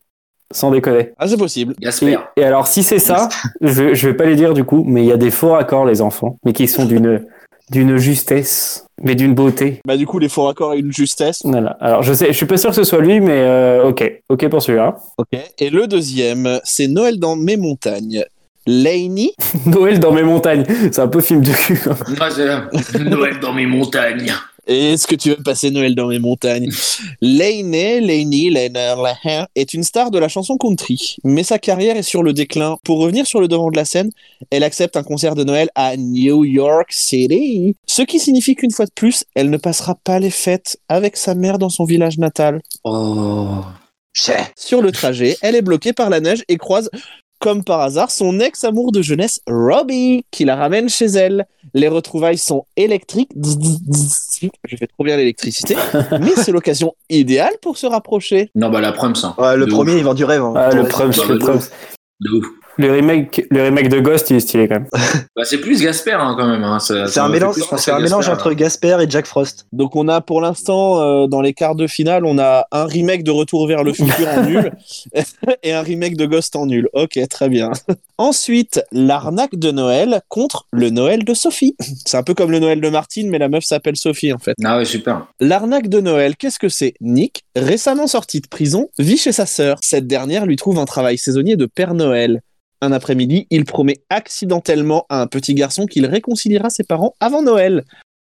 S2: sans déconner.
S3: Ah, c'est possible.
S2: Et,
S7: Gasper.
S2: et alors si c'est ça, je, je vais pas les dire du coup, mais il y a des faux raccords les enfants, mais qui sont d'une d'une justesse, mais d'une beauté.
S3: Bah, du coup, les faux raccords et une justesse.
S2: Voilà. Alors, je sais, je suis pas sûr que ce soit lui, mais euh, ok, ok pour celui-là. [laughs]
S3: Ok. Et le deuxième, c'est Noël dans mes montagnes. Laney
S2: Noël dans mes montagnes, c'est un peu film de cul. hein.
S7: [laughs] Moi, c'est Noël dans mes montagnes.
S3: Est-ce que tu veux passer Noël dans mes montagnes Lainey, Lainey, Lainer, Laher est une star de la chanson country, mais sa carrière est sur le déclin. Pour revenir sur le devant de la scène, elle accepte un concert de Noël à New York City, ce qui signifie qu'une fois de plus, elle ne passera pas les fêtes avec sa mère dans son village natal.
S7: Oh.
S3: Sur le trajet, elle est bloquée par la neige et croise, comme par hasard, son ex-amour de jeunesse, Robbie, qui la ramène chez elle. Les retrouvailles sont électriques. Je fais trop bien l'électricité. Mais c'est l'occasion idéale pour se rapprocher.
S7: Non, bah la preume, ça.
S4: Ouais, le
S7: De
S4: premier, il vend du rêve. hein.
S2: Ah, le
S4: Ouais,
S2: Prums,
S7: c'est-
S2: le Prums.
S7: De ouf.
S2: Le remake, le remake de Ghost, il est stylé quand même.
S7: Bah, c'est plus Gasper hein, quand même. hein. Ça-
S4: C'est
S7: ça
S4: un
S7: me fait
S4: mélange,
S7: plus penser
S4: c'est
S7: à
S4: un
S7: Gasper,
S4: mélange
S7: là.
S4: entre Gasper et Jack Frost.
S3: Donc on a pour l'instant, euh, dans les quarts de finale, on a un remake de Retour vers le futur en nul et un remake de Ghost en nul. Ok, très bien. [laughs] Ensuite, l'arnaque de Noël contre le Noël de Sophie. C'est un peu comme le Noël de Martine, mais la meuf s'appelle Sophie en fait.
S7: Ah ouais, super.
S3: L'arnaque de Noël, qu'est-ce que c'est Nick, récemment sorti de prison, vit chez sa sœur. Cette dernière lui trouve un travail saisonnier de Père Noël. Un après-midi, il promet accidentellement à un petit garçon qu'il réconciliera ses parents avant Noël.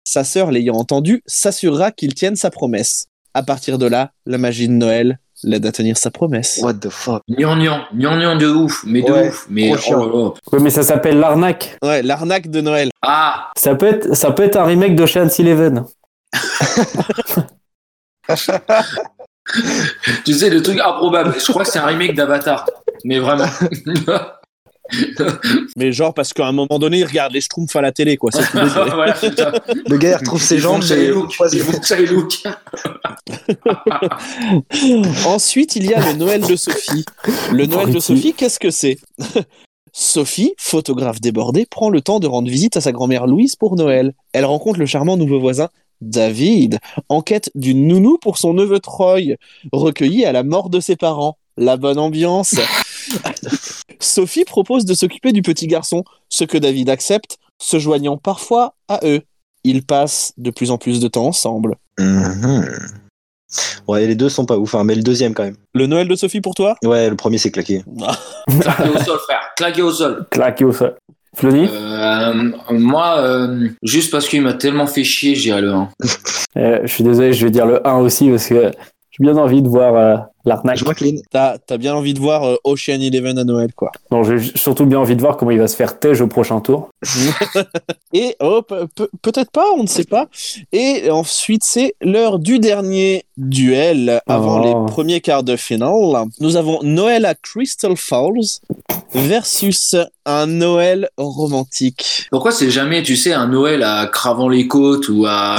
S3: Sa sœur, l'ayant entendu, s'assurera qu'il tienne sa promesse. À partir de là, la magie de Noël l'aide à tenir sa promesse.
S4: What the fuck
S7: Gnangnan, gnangnan de ouf, mais de
S4: Ouais,
S7: ouf. Mais
S4: trop chiant.
S7: oh là là.
S2: Oui, mais ça s'appelle l'arnaque.
S3: Ouais, l'arnaque de Noël.
S7: Ah,
S2: Ça peut être, ça peut être un remake de Ocean's Eleven.
S7: tu sais, le truc improbable. Je crois que c'est un remake d'Avatar.
S4: [laughs]
S7: Mais vraiment.
S3: Mais genre parce qu'à un moment donné, il regarde les Schtroumpfs à la télé, quoi. c'est tout.
S7: [laughs] voilà, putain.
S4: Le gars il retrouve
S7: [laughs]
S4: ses
S7: Ils font
S4: jambes,
S7: ça, les
S4: mais
S7: looks. Ils font ça, les looks.
S3: Ensuite, il y a le Noël de Sophie. Le Noël de
S2: Brutti.
S3: Sophie, qu'est-ce que c'est Sophie, photographe débordée, prend le temps de rendre visite à sa grand-mère Louise pour Noël. Elle rencontre le charmant nouveau voisin David, en quête d'une nounou pour son neveu Troy, recueilli à la mort de ses parents. La bonne ambiance. Sophie propose de s'occuper du petit garçon, ce que David accepte, se joignant parfois à eux. Ils passent de plus en plus de temps ensemble. [laughs]
S4: Mhm. Ouais, les deux sont pas ouf, hein, mais le deuxième quand même.
S3: Le Noël de Sophie pour toi
S4: Ouais, le premier c'est claqué.
S7: Claqué au sol, frère. Claqué au sol.
S2: Claqué au sol. Flony
S7: Euh, moi, euh, juste parce qu'il m'a tellement fait chier, j'ai le 1.
S2: Euh, Je suis désolé, je vais dire le 1 aussi parce que j'ai bien envie de voir euh, l'arnaque.
S4: Je vois que les-
S3: T'as t'as bien envie de voir euh, Ocean Eleven à Noël, quoi.
S2: Non, j'ai surtout bien envie de voir comment il va se faire tège au prochain tour.
S3: Et oh, pe- pe- peut-être pas, on ne sait pas. Et ensuite, c'est l'heure du dernier duel avant
S2: Oh.
S3: les premiers quarts de finale. Nous avons Noël à Crystal Falls versus un Noël romantique.
S7: Pourquoi c'est jamais, tu sais, un Noël à Cravant les Côtes ou
S3: [laughs]
S7: à,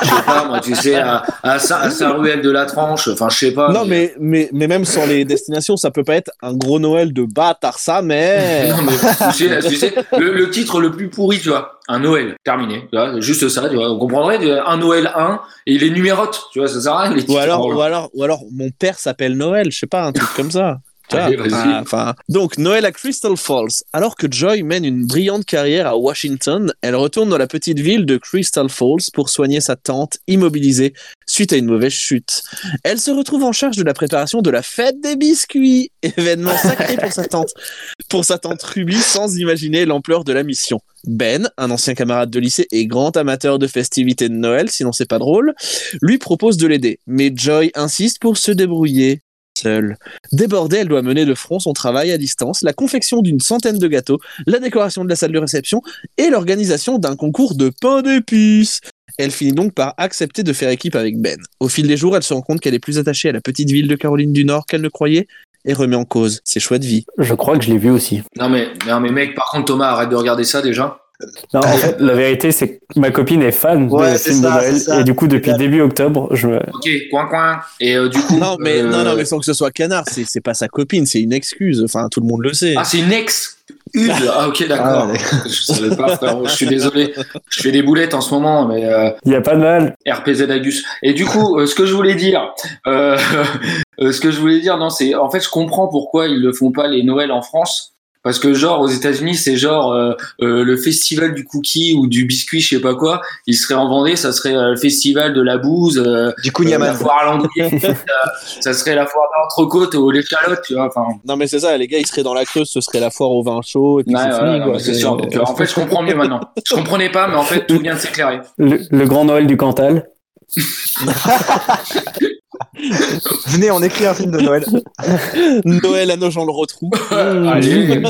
S7: je sais pas, moi, tu sais, à, à, Saint- à Saint-Ruel de la Tranche, enfin, je sais pas.
S3: non, mais, mais, mais même sans les destinations, ça peut pas être un gros Noël de bâtard, ça, mais.
S7: [laughs] Non, mais tu sais, tu sais, le, le titre le plus pourri, tu vois, un Noël, terminé, tu vois, juste ça, tu vois, on comprendrait, tu vois, un Noël 1, et il les numérote, tu vois, ça sert à rien, les
S3: Ou
S7: titres. euh,
S3: alors,
S7: Voilà.
S3: ou alors, ou alors, mon père s'appelle Noël, je sais pas, un truc comme ça. Tu vois,
S7: Allez, vas-y.
S3: ah, enfin, donc, Noël à Crystal Falls. Alors que Joy mène une brillante carrière à Washington, elle retourne dans la petite ville de Crystal Falls pour soigner sa tante immobilisée suite à une mauvaise chute. Elle se retrouve en charge de la préparation de la fête des biscuits, [laughs] événement sacré pour sa tante. Pour sa tante Ruby, sans imaginer l'ampleur de la mission. Ben, un ancien camarade de lycée et grand amateur de festivités de Noël, sinon c'est pas drôle, lui propose de l'aider, mais Joy insiste pour se débrouiller seule. Débordée, elle doit mener de front son travail à distance, la confection d'une centaine de gâteaux, la décoration de la salle de réception et l'organisation d'un concours de pain d'épices. Elle finit donc par accepter de faire équipe avec Ben. Au fil des jours, elle se rend compte qu'elle est plus attachée à la petite ville de Caroline du Nord qu'elle ne croyait et remet en cause ses choix de vie.
S2: Je crois que je l'ai vu aussi.
S7: Non, mais, non, mais mec, par contre, Thomas, arrête de regarder ça déjà.
S2: Non, en fait, la vérité, c'est que ma copine est fan
S4: Ah, Ouais,
S2: de
S4: c'est
S2: films de
S4: ça,
S2: Noël.
S4: c'est ça.
S2: Et du coup, depuis début octobre, je me...
S7: Ok, coin, coin. Et
S3: [laughs]
S7: euh, du coup.
S3: Non mais,
S7: euh,
S3: non, non, mais sans que ce soit canard, c'est c'est pas sa copine, c'est une excuse. Enfin, tout le monde le sait.
S7: Ah, c'est une ex Ude Ah, ok, d'accord.
S4: Ah, ouais.
S7: je savais pas, frérot. Je suis désolé. Je fais des boulettes en ce moment, mais euh,
S2: Il y a pas de mal.
S7: RPZ Agus. Et du coup, euh, ce que je voulais dire, [laughs] euh, euh, ce que je voulais dire, non, c'est en fait, je comprends pourquoi ils ne font pas les Noëls en France. Parce que genre aux États-Unis, c'est genre euh, euh, le festival du cookie ou du biscuit, je sais pas quoi. Il serait en Vendée, ça serait euh, le festival de la bouse, euh,
S4: Du coup,
S7: la
S4: Niaman.
S7: foire à l'andouillette, euh, [laughs] ça serait la foire à l'entrecôte ou les chalotes, tu vois. Enfin,
S3: Non, mais c'est ça, les gars, ils seraient dans la Creuse, ce serait la foire au vin chaud, et puis
S7: ouais,
S3: c'est
S7: ouais,
S3: fini,
S7: non,
S3: quoi.
S7: mais c'est sûr. Donc, euh, en fait, je comprends mieux maintenant. Je comprenais pas, mais en fait, tout vient de s'éclairer.
S2: Le, le grand Noël du Cantal.
S4: [laughs] Venez, on écrit un film de
S3: [laughs]
S4: Noël.
S3: Noël à nos gens le retrouvent.
S7: Allez.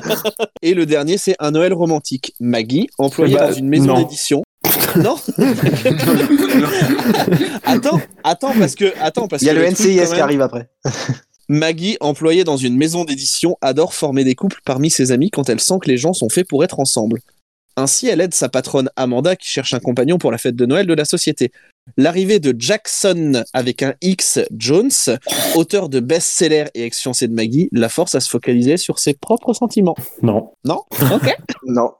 S3: Et le dernier, c'est un Noël romantique. Maggie, employée
S2: Eh ben,
S3: dans une maison
S2: non.
S3: d'édition. Non Attends, attends, parce que. Attends, parce
S4: Il y a
S3: que
S4: le
S3: truc, quand
S4: NCIS qui
S3: même,
S4: arrive après.
S3: Maggie, employée dans une maison d'édition, adore former des couples parmi ses amis quand elle sent que les gens sont faits pour être ensemble. Ainsi, elle aide sa patronne Amanda qui cherche un compagnon pour la fête de Noël de la société. L'arrivée de Jackson avec un X Jones, auteur de best-sellers et ex-fiancé de Maggie, la force à se focaliser sur ses propres sentiments.
S2: Non.
S3: Non Ok.
S4: Non.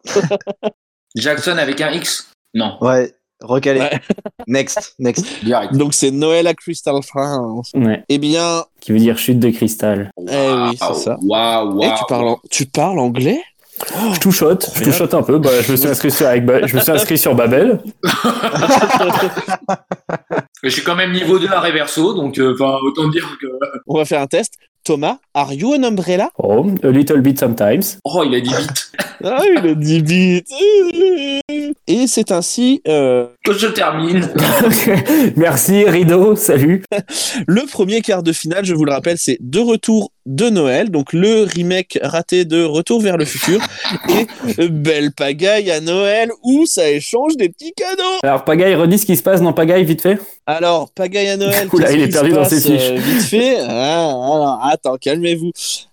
S7: Jackson avec un X Non,
S4: Ouais, recalé.
S3: Ouais.
S4: [laughs] Next, next.
S7: direct.
S3: Donc c'est Noël à Crystal France.
S2: Ouais.
S3: Eh bien,
S2: Qui veut dire chute de cristal.
S3: Eh oui, c'est ça.
S7: Waouh, waouh.
S3: eh, tu, parles en- tu parles anglais
S2: Oh, Je touchote, je touchote un peu. Bah, je me suis inscrit sur, avec Ba- je me suis inscrit sur Babel.
S7: Je suis quand même niveau 2 à Reverso, donc euh, enfin, autant dire que.
S3: On va faire un test. Thomas, are you an umbrella
S2: Oh, a little bit sometimes. [laughs]
S7: Oh, il a dit vite.
S3: Ah, il a dit vite. Et c'est ainsi euh,
S7: Que je termine.
S2: Merci, rideau, salut.
S3: le premier quart de finale, je vous le rappelle, c'est De Retour de Noël, donc le remake raté de Retour vers le futur, et euh, Belle Pagaille à Noël, où ça échange des petits cadeaux.
S2: Alors, Pagaille, redis ce qui se passe dans Pagaille, vite fait.
S3: Alors, Pagaille à Noël,
S2: Oula,
S3: qu'est-ce
S2: il est
S3: qui se
S2: perdu dans
S3: passe,
S2: ses fiches.
S3: euh, vite fait, Ah, alors, attends, calmez-vous.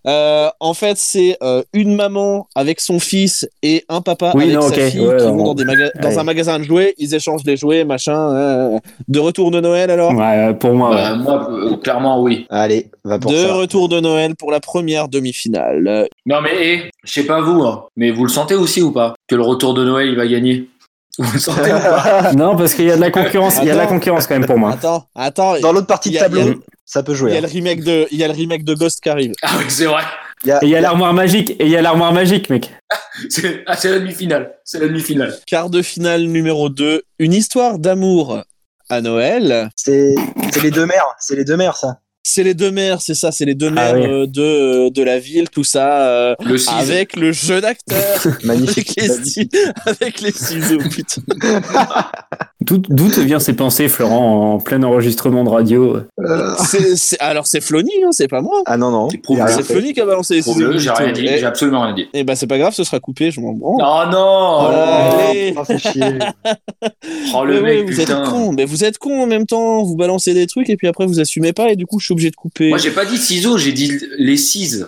S3: Euh, en fait, c'est euh, une maman avec son fils et un papa
S2: Oui,
S3: avec
S2: non,
S3: sa
S2: ok,
S3: fille
S2: ouais,
S3: qui
S2: on-
S3: vont dans, des maga- dans
S2: ouais.
S3: un magasin de jouets, ils échangent des jouets, machin. euh, de retour de Noël, alors
S2: Ouais, euh, pour moi, ouais.
S7: Bah, moi, euh, clairement, oui.
S4: Allez, va pour
S3: de
S4: ça.
S3: retour de Noël pour la première demi-finale. Euh,
S7: Non, mais eh, je sais pas vous, hein, mais vous le sentez aussi ou pas Que le retour de Noël, il va gagner [laughs] Vous le sentez ou pas
S2: Non, parce qu'il y a de la concurrence, il y a de la
S3: Attends.
S2: concurrence quand même pour moi.
S3: Attends, attends.
S4: Dans l'autre partie
S3: Il
S4: de
S3: y a-
S4: tableau,
S3: il y a-
S4: ça peut
S3: Il y
S4: jouer.
S3: a le
S4: hein.
S3: remake de, il y a le remake de Ghost qui arrive.
S7: Ah oui, c'est vrai.
S4: Il y a-
S2: Et il y a l'armoire magique, et il y a l'armoire magique, mec.
S7: C'est ah, c'est la demi-finale. C'est la demi-finale.
S3: Quart de finale numéro 2, une histoire d'amour à Noël.
S4: C'est c'est les deux mères, c'est les deux
S3: [laughs]
S4: mères, ça.
S3: C'est les deux mères, c'est ça, c'est les
S7: Ah
S3: deux mères
S2: oui.
S3: euh, de, de la ville, tout ça, euh,
S7: Le 6.
S3: avec le jeune
S7: [laughs]
S3: acteur,
S4: Magnifique.
S3: avec les, ci- avec les ciseaux, putain.
S2: D'où d'où te viennent ces pensées, Florent, en plein enregistrement de radio
S4: Euh,
S3: C'est- c'est- alors c'est Flony, hein, c'est pas moi.
S4: Ah non, non.
S7: C'est prouvé,
S4: il a rien
S3: C'est
S4: fait.
S3: Flony qui a balancé les ciseaux.
S7: Prouve-le, j'ai rien dit,
S3: Eh-
S7: j'ai absolument rien dit.
S3: Eh ben c'est pas grave, ce sera coupé, je m'en branle.
S7: Oh non
S3: Allez.
S4: Oh, fait chier.
S7: Oh le
S3: Mais ouais,
S7: mec,
S3: vous êtes
S7: putain
S3: con, mais vous êtes con en même temps, vous balancez des trucs et puis après vous assumez pas et du coup je suis obligé de couper.
S7: Moi, j'ai pas dit ciseaux, j'ai dit
S3: [laughs]
S7: les 6.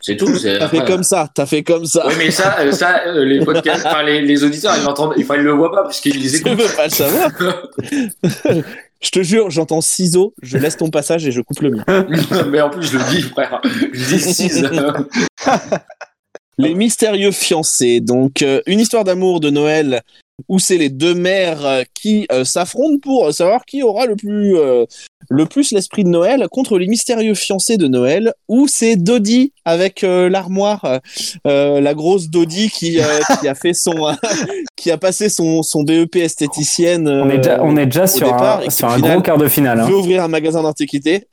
S7: C'est tout. c'est-
S3: T'as fait comme ça, t'as fait comme ça.
S7: Oui,
S3: [laughs]
S7: mais ça, euh, ça euh, les podcasts, enfin, les, les auditeurs, ils l'entendent, enfin, ils le voient pas parce qu'ils les
S3: Je
S7: écoutent.
S3: veux pas le
S7: [laughs]
S3: savoir. [laughs] je te jure, j'entends ciseaux, je laisse ton passage et je coupe le mien.
S7: [laughs] mais en plus, je le dis, frère. Je dis six.
S3: Les mystérieux fiancés, donc euh, une histoire d'amour de Noël où c'est les deux mères euh, qui euh, s'affrontent pour savoir qui aura le plus euh, le plus l'esprit de Noël contre les mystérieux fiancés de Noël où c'est Dodie avec euh, l'armoire euh, la grosse Dodie qui, euh, qui a fait son [laughs] qui a passé son son BEP esthéticienne
S2: On est déjà, on est déjà sur,
S3: départ, et
S2: un,
S3: que
S2: sur
S3: au
S2: un
S3: final,
S2: gros quart de finale. hein.
S3: veut ouvrir un magasin d'antiquités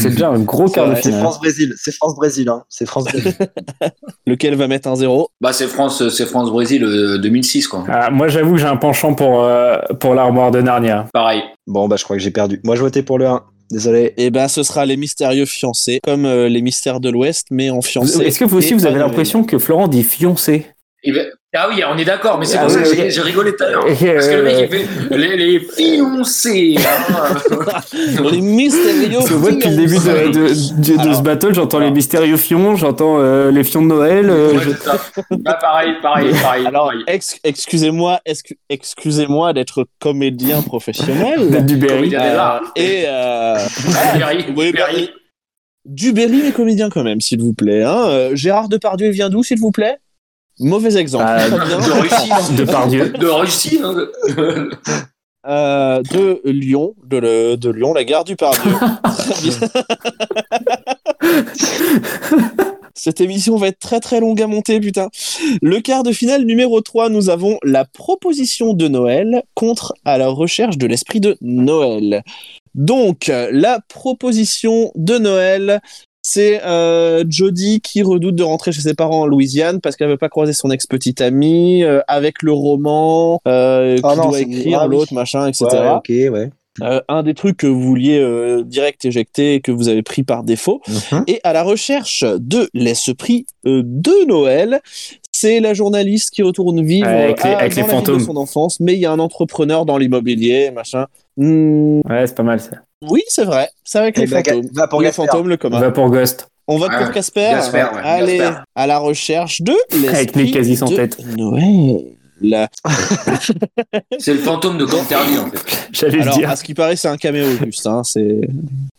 S2: C'est déjà un gros quart de
S3: vrai.
S4: C'est
S2: finale.
S4: France-Brésil, c'est France-Brésil, hein. C'est France-Brésil. [laughs]
S3: lequel va mettre un zéro
S7: Bah, c'est France, [laughs] c'est France-Brésil euh, 2006, quoi.
S2: Ah, moi, j'avoue que j'ai un penchant pour, euh, pour l'armoire de Narnia.
S7: Pareil.
S4: Bon, bah, je crois que j'ai perdu. Moi, je votais pour le 1. Désolé.
S3: et ben ce sera les mystérieux fiancés comme euh, les mystères de l'Ouest mais en
S2: Vous-
S3: fiancés
S2: Est-ce que vous aussi,
S3: et
S2: vous avez
S3: pas Noël.
S2: l'impression que Florent dit fiancé
S7: Et ben- ah oui, on est d'accord, mais c'est
S2: Ah
S7: pour ça
S2: oui,
S7: que
S2: oui.
S7: j'ai- j'ai rigolé tout à l'heure.
S2: Et,
S7: Parce que le mec,
S2: euh,
S7: il fait les, les fiancés. hein.
S3: les mystérieux
S2: Parce que moi, depuis le début
S3: fiancés.
S2: de, de- de- de
S3: Alors.
S2: ce battle, j'entends les mystérieux fions, j'entends euh, les fions de Noël. euh,
S7: Ouais,
S2: je-
S7: c'est ça. Bah, pareil, pareil, pareil.
S3: Alors,
S7: pareil.
S3: ex- excusez-moi, excu- excusez-moi d'être comédien professionnel.
S2: [laughs] Date du Berry.
S7: Comédien. Il y en a là.
S3: et euh,
S7: Berry,
S3: oui,
S7: Berry.
S3: bah, du Berry, mais comédien quand même, s'il vous plaît. hein. Euh, Gérard Depardieu, il vient d'où, s'il vous plaît Mauvais exemple.
S2: Ah,
S3: Bien.
S7: de Russie, hein.
S2: De par Dieu.
S7: de Russie. hein.
S3: Euh, de Lyon, de, le- de Lyon, la gare du Pardieu. Très bien. [laughs] Cette émission va être très très longue à monter, putain. Le quart de finale numéro 3, nous avons la proposition de Noël contre à la recherche de l'esprit de Noël. Donc, euh, la proposition de Noël, c'est euh, Jodie qui redoute de rentrer chez ses parents en Louisiane parce qu'elle veut pas croiser son ex-petite amie euh, avec le roman euh,
S4: Ah
S3: qu'il
S4: non,
S3: doit
S4: c'est-
S3: écrire,
S4: ah oui.
S3: l'autre, machin, etc.
S4: Ouais, ok, ouais.
S3: Euh, un des trucs que vous vouliez euh, direct éjecter et que vous avez pris par défaut.
S4: Mhm.
S3: Et à la recherche de l'esprit euh, de Noël, c'est la journaliste qui retourne vivre
S2: Avec les-
S3: à-
S2: avec
S3: dans
S2: les
S3: la ville de
S2: fantômes.
S3: son enfance, mais il y a un entrepreneur dans l'immobilier, machin. Hmm,
S2: Ouais, c'est pas mal ça.
S3: oui, c'est vrai, c'est avec
S4: Eh
S3: les
S4: ben, Ga-
S3: fantômes.
S4: va pour
S3: les
S4: Gasper.
S3: fantômes, le
S2: On
S3: commun.
S2: va pour Ghost.
S3: On vote
S7: Ah,
S3: pour Casper.
S7: Gasper, ouais,
S3: Allez,
S7: Gasper.
S3: à la recherche de
S2: Avec
S3: l'esprit
S2: Nick quasi sans
S3: de
S2: tête.
S3: Noël.
S7: C'est le fantôme de Ganterville, en fait.
S2: J'allais le
S3: Alors,
S7: ah,
S2: dire.
S3: à ce qui paraît, c'est un caméo juste. hein, c'est...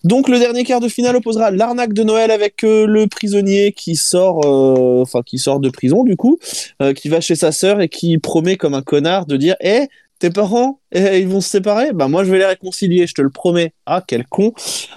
S3: Donc, le dernier quart de finale opposera l'arnaque de Noël avec euh, le prisonnier qui sort, euh, enfin qui sort de prison du coup, euh, qui va chez sa sœur et qui promet comme un connard de dire, hé, tes parents, eh, ils vont se séparer. Bah moi, je vais les réconcilier, je te le promets. Ah, quel con.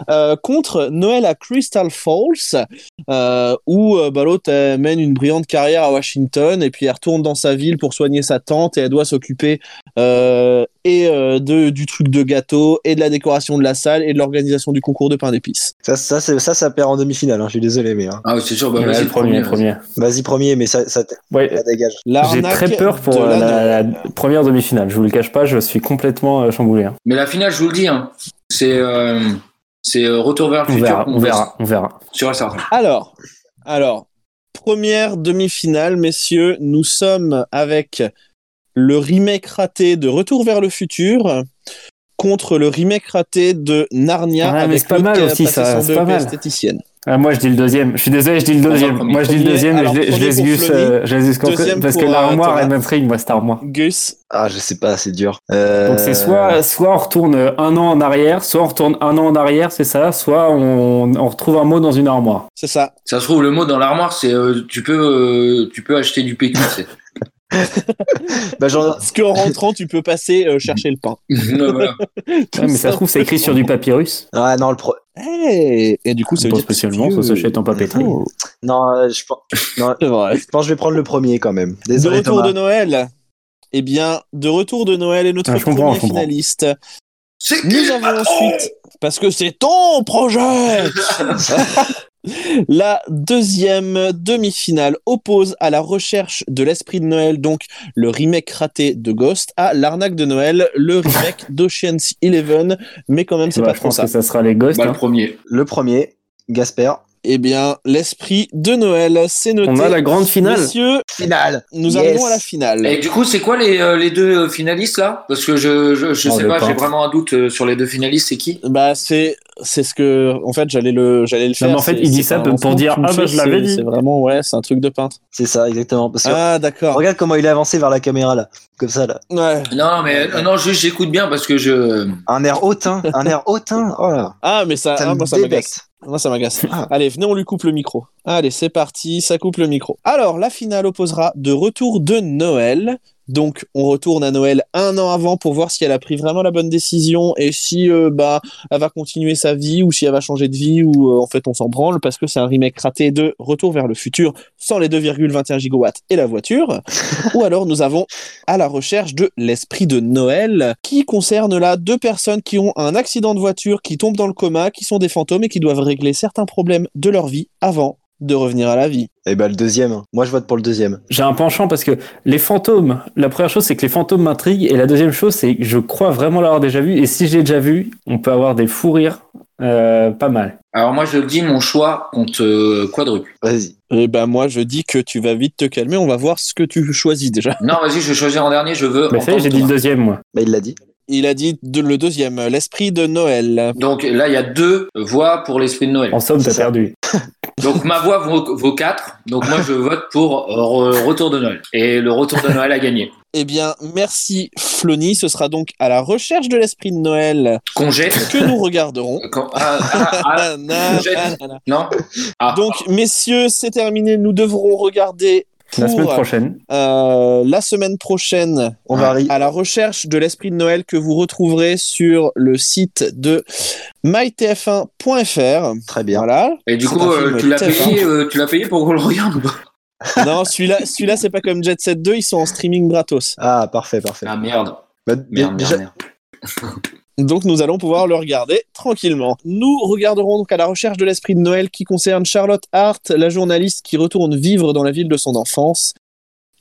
S3: Euh, contre Noël à Crystal Falls, euh, où euh, bah, l'autre elle mène une brillante carrière à Washington et puis elle retourne dans sa ville pour soigner sa tante et elle doit s'occuper euh, et euh, de, du truc de gâteau et de la décoration de la salle et de l'organisation du concours de pain d'épices.
S4: Ça, ça, c'est- ça, ça perd en demi-finale, hein, je suis désolé, mais. hein.
S7: Ah, c'est sûr, bah,
S2: Ouais,
S7: vas-y,
S2: le premier, premier.
S4: Vas-y, premier, mais ça, ça,
S2: Ouais,
S4: ça dégage.
S2: J'ai
S3: L'arnaque
S2: très peur pour
S3: de
S2: euh,
S3: la Noël.
S2: la, la première demi-finale. Je vous le cache pas, je suis complètement euh, chamboulé. hein.
S7: Mais la finale, je vous le dis, hein, c'est euh, c'est euh, retour vers le
S2: On
S7: futur.
S2: verra,
S7: qu'on
S2: on verra, on verra.
S7: fait Sur la certain.
S3: Alors, alors, première demi-finale, messieurs, nous sommes avec le remake raté de Retour vers le futur contre le remake raté de Narnia
S2: Ouais, mais
S3: avec
S2: c'est pas
S3: l'autre
S2: mal
S3: qui a
S2: aussi,
S3: passé
S2: ça,
S3: son
S2: c'est
S3: BEP
S2: pas mal.
S3: esthéticienne.
S2: Ah, moi, je dis le deuxième. Je suis désolé, je dis le
S7: va
S2: deuxième.
S7: premier.
S2: Moi, je dis le
S3: Premier,
S2: deuxième, mais je
S3: alors,
S2: l'ai- je
S3: premier
S2: les
S3: pour
S2: use,
S3: Flony,
S2: euh, je les use contre-
S3: deuxième
S2: parce que
S3: pour, euh,
S2: l'armoire,
S3: Thomas.
S2: elle m'intrigue, moi, cette armoire.
S3: Gus,
S4: Ah, je sais pas, c'est dur. Euh,
S2: Donc, c'est soit, soit on retourne euh, un an en arrière, soit on retourne un an en arrière, c'est ça, soit on, on retrouve un mot dans une armoire.
S3: c'est ça.
S7: Ça se trouve, le mot dans l'armoire, c'est euh, tu, peux, euh, tu peux acheter du PQ,
S2: [laughs]
S7: tu sais.
S4: Bah, genre,
S3: Parce qu'en rentrant, tu peux passer euh, chercher le pain.
S7: Ouais, voilà.
S2: Ouais, mais ça se trouve, c'est écrit sur du papyrus.
S4: Ah non, le pro...
S3: Hey et du coup, ça veut
S2: pas
S3: dire que c'est
S2: spécialement, ça
S3: vieux.
S2: s'achète en papeterie.
S3: Oh,
S4: non, euh, je pense... non,
S3: c'est vrai.
S4: je pense que je vais prendre le premier quand même.
S3: De
S4: Désolé
S3: retour
S4: Thomas.
S3: de Noël. Eh bien, de retour de Noël est notre
S2: Ah, je comprends,
S3: premier
S2: je comprends.
S3: finaliste.
S7: C'est qui
S3: Nous
S7: le
S4: Ah, oh
S3: avons
S7: patron
S3: ensuite, parce que c'est ton
S4: [laughs]
S3: projet, la deuxième demi-finale oppose à la recherche de l'esprit de Noël, donc le remake raté de Ghost, à l'arnaque de Noël, le
S4: [laughs]
S3: remake d'Ocean's Eleven, mais quand même, c'est
S2: Bah,
S3: pas
S2: je
S3: trop
S2: pense
S3: ça.
S2: que ça sera les ghosts.
S7: Bah,
S2: hein.
S7: le premier.
S4: Le premier, Gasper.
S3: Eh bien, l'esprit de Noël, c'est noté.
S2: On a la grande finale.
S3: Messieurs,
S4: Finale.
S3: nous
S4: Yes.
S3: arrivons à la finale.
S7: Et du coup, c'est quoi les, euh, les deux finalistes là Parce que je, je, je
S2: On
S7: sais
S2: le
S7: pas,
S2: peint.
S7: j'ai vraiment un doute euh, sur les deux finalistes, c'est qui
S3: Bah c'est c'est ce que en fait j'allais le j'allais le faire.
S2: mais en fait,
S3: c'est-
S2: il dit
S3: c'est
S2: ça
S3: pas un
S2: pour
S3: lancement
S2: dire,
S3: que tu me
S2: ah, bah,
S3: fais,
S2: je l'avais
S3: c'est-
S2: dit.
S3: C'est vraiment ouais c'est un truc de peintre.
S4: C'est ça, exactement. Parce que
S3: Ah d'accord.
S4: regarde comment il a avancé vers la caméra là, comme ça là.
S3: Ouais.
S7: Non, mais euh, non, juste j'écoute bien parce que je. euh,
S4: Un air hautain, un air hautain. Oh là,
S3: Ah mais ça,
S4: ça
S3: ah,
S4: me
S3: moi ça m'agace.
S4: débecte.
S3: Moi ça m'agace.
S4: Ah.
S3: Allez venez on lui coupe le micro. Allez c'est parti ça coupe le micro. Alors la finale opposera de retour de Noël. Donc on retourne à Noël un an avant pour voir si elle a pris vraiment la bonne décision et si euh, bah elle va continuer sa vie ou si elle va changer de vie ou euh, en fait on s'en branle parce que c'est un remake raté de Retour vers le futur sans les 2,21 gigawatts et la voiture. ou alors nous avons à la recherche de l'esprit de Noël qui concerne là deux personnes qui ont un accident de voiture, qui tombent dans le coma, qui sont des fantômes et qui doivent régler certains problèmes de leur vie avant de revenir à la vie.
S4: Eh ben le deuxième. Moi je vote pour le deuxième.
S2: J'ai un penchant parce que les fantômes, la première chose c'est que les fantômes m'intriguent et la deuxième chose c'est que je crois vraiment l'avoir déjà vu et si je l'ai déjà vu, on peut avoir des fous rires euh, pas mal.
S7: Alors moi, je le dis, mon choix compte euh, quadruple.
S4: Vas-y.
S3: Eh ben moi je dis que tu vas vite te calmer, on va voir ce que tu choisis déjà.
S7: Non, vas-y, je vais choisir en dernier, je veux.
S2: Mais ça y est,
S7: entendre
S2: j'ai dit le
S7: Thomas.
S2: deuxième moi.
S4: Bah il l'a dit.
S3: Il a dit de- le deuxième, l'esprit de Noël.
S7: Donc là, il y a deux voix pour l'esprit de Noël.
S2: En somme, t'as
S4: C'est ça.
S2: perdu.
S7: Donc ma voix vaut, vaut quatre. Donc moi, je vote pour euh, re- retour de Noël. Et le retour de Noël a gagné.
S3: Eh bien merci Flony, ce sera donc à la recherche de l'esprit de Noël
S7: Qu'on jette.
S3: que nous regarderons.
S7: Quand- ah, ah, ah,
S3: Ah, na-
S7: Jette.
S3: ah, na- na.
S7: non. Ah.
S3: Donc, messieurs, c'est terminé. Nous devrons regarder
S2: La semaine
S3: pour
S2: prochaine.
S3: euh, la semaine prochaine
S4: On va ri-
S3: à la recherche de l'esprit de Noël que vous retrouverez sur le site de mytf1.fr.
S4: Très bien.
S3: Voilà.
S7: Et du
S3: C'est
S7: coup,
S3: un
S7: euh,
S3: film hein.
S7: tu l'as
S3: TF1.
S7: payé, euh, tu l'as payé pour qu'on le regarde ou pas
S3: non, celui-là, celui-là, c'est pas comme Jet Set 2, ils sont en streaming gratos.
S4: Ah, parfait, parfait.
S7: Ah merde,
S4: Bah,
S7: merde,
S4: déjà-
S7: merde, merde.
S3: Donc nous allons pouvoir le regarder tranquillement. Nous regarderons donc à la recherche de l'esprit de Noël qui concerne Charlotte Hart, la journaliste qui retourne vivre dans la ville de son enfance.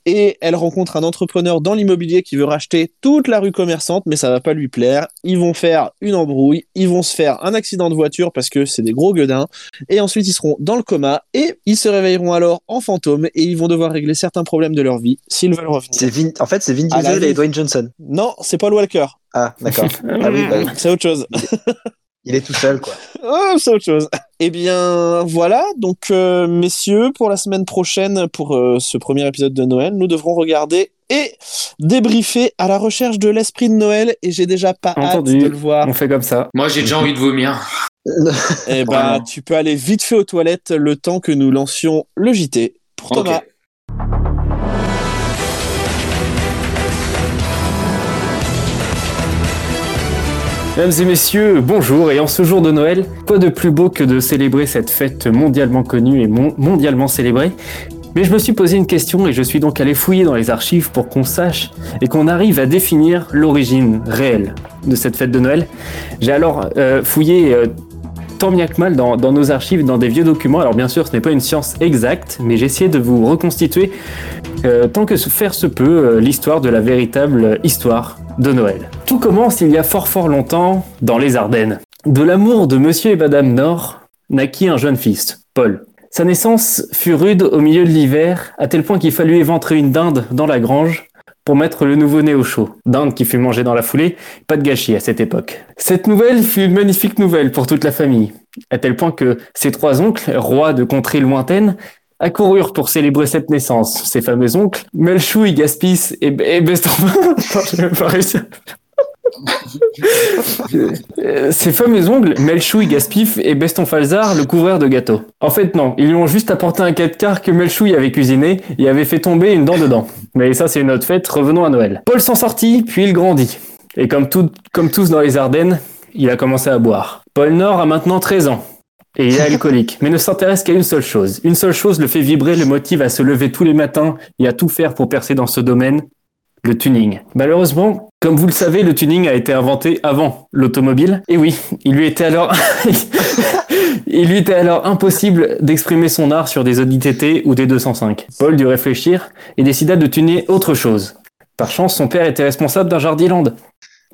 S3: Et elle rencontre un entrepreneur dans l'immobilier qui veut racheter toute la rue commerçante, mais ça va pas lui plaire. Ils vont faire une embrouille, ils vont se faire un accident de voiture parce que c'est des gros gueudins. Et ensuite ils seront dans le coma et ils se réveilleront alors en fantôme et ils vont devoir régler certains problèmes de leur vie s'ils veulent revenir.
S4: C'est Vin- En fait, c'est Vin
S3: À
S7: Ah,
S3: la
S4: Diesel
S3: vie.
S4: et Dwayne Johnson.
S3: Non, c'est Paul Walker.
S4: Ah,
S7: [laughs]
S4: d'accord. ah oui, bah,
S3: C'est autre chose.
S4: il est tout seul, quoi.
S3: Ah, c'est autre chose. Eh bien, voilà. Donc, euh, messieurs, pour la semaine prochaine, pour euh, ce premier épisode de Noël, nous devrons regarder et débriefer à la recherche de l'esprit de Noël. Et j'ai déjà pas
S2: Entendu.
S3: hâte de le voir.
S2: [laughs] On fait comme ça.
S7: Moi, j'ai déjà envie de vomir.
S3: Eh ben,
S7: Vraiment.
S3: tu peux aller vite fait aux toilettes le temps que nous lancions le JT. Pour
S7: Ok.
S3: Thomas.
S2: Mesdames et messieurs, bonjour et en ce jour de Noël, quoi de plus beau que de célébrer cette fête mondialement connue et mon- mondialement célébrée Mais je me suis posé une question et je suis donc allé fouiller dans les archives pour qu'on sache et qu'on arrive à définir l'origine réelle de cette fête de Noël. J'ai alors euh, fouillé euh, tant bien que mal dans, dans nos archives, dans des vieux documents. Alors bien sûr, ce n'est pas une science exacte, mais j'ai essayé de vous reconstituer euh, tant que se- faire se peut euh, l'histoire de la véritable euh, histoire de Noël. Tout commence il y a fort fort longtemps dans les Ardennes. De l'amour de monsieur et madame Nord naquit un jeune fils, Paul. Sa naissance fut rude au milieu de l'hiver, à tel point qu'il fallut éventrer une dinde dans la grange pour mettre le nouveau-né au chaud. Dinde qui fut mangée dans la foulée, pas de gâchis à cette époque. Cette nouvelle fut une magnifique nouvelle pour toute la famille, à tel point que ses trois oncles, rois de contrées lointaines, accoururent pour célébrer cette naissance, ces fameux oncles, Melchouille, Gaspis et, et [laughs] Bestormin. Pardon, j'ai même pas réussi à- Euh, Ces fameux ongles, Melchouille, Gaspif et Bestonfalzar le couvrèrent de gâteau. En fait, non, ils lui ont juste apporté un 4 quarts que Melchouille avait cuisiné et avait fait tomber une dent dedans. Mais ça, c'est une autre fête, revenons à Noël. Paul s'en sortit, puis il grandit. Et comme, tout- comme tous dans les Ardennes, il a commencé à boire. Paul Nord a maintenant 13 ans. Et il est alcoolique, mais ne s'intéresse qu'à une seule chose. Une seule chose le fait vibrer, le motive à se lever tous les matins et à tout faire pour percer dans ce domaine, le tuning. Malheureusement, comme vous le savez, le tuning a été inventé avant l'automobile. Et oui, il lui était alors, [laughs] il lui était alors impossible d'exprimer son art sur des Audi TT ou des 205. Paul dut réfléchir et décida de tuner autre chose. Par chance, son père était responsable d'un jardiland.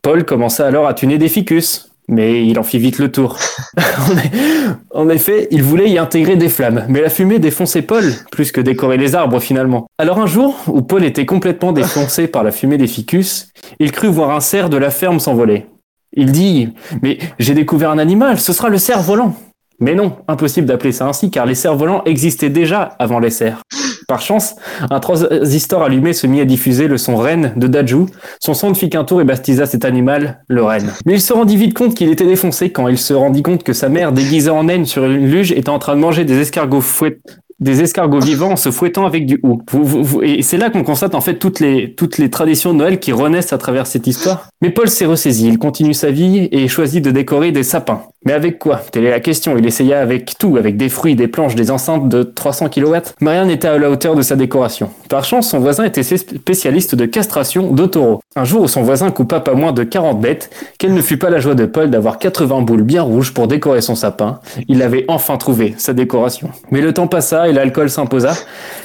S2: Paul commença alors à tuner des ficus, mais il en fit vite le tour. [laughs] En e- en effet, il voulait y intégrer des flammes, mais la fumée défonçait Paul, plus que décorer les arbres finalement. Alors un jour, où Paul était complètement défoncé par la fumée des ficus, il crut voir un cerf de la ferme s'envoler. Il dit Mais j'ai découvert un animal, ce sera le cerf volant. Mais non, impossible d'appeler ça ainsi, car les cerfs volants existaient déjà avant les cerfs. Par chance, un transistor allumé se mit à diffuser le son reine de Dajou, son son ne fit qu'un tour et baptisa cet animal le renne. Mais il se rendit vite compte qu'il était défoncé quand il se rendit compte que sa mère, déguisée en naine sur une luge, était en train de manger des escargots fouet- des escargots vivants en se fouettant avec du hou. Vous- vous- vous- Et c'est là qu'on constate en fait toutes les, toutes les traditions de Noël qui renaissent à travers cette histoire. Mais Paul s'est ressaisi, il continue sa vie et choisit de décorer des sapins. Mais avec quoi Telle est la question. Il essaya avec tout, avec des fruits, des planches, des enceintes de 300 kW. Mais rien n'était à la hauteur de sa décoration. Par chance, son voisin était spécialiste de castration de taureaux. Un jour où son voisin coupa pas moins de 40 bêtes, quelle ne fut pas la joie de Paul d'avoir 80 boules bien rouges pour décorer son sapin. Il avait enfin trouvé sa décoration. Mais le temps passa et l'alcool s'imposa.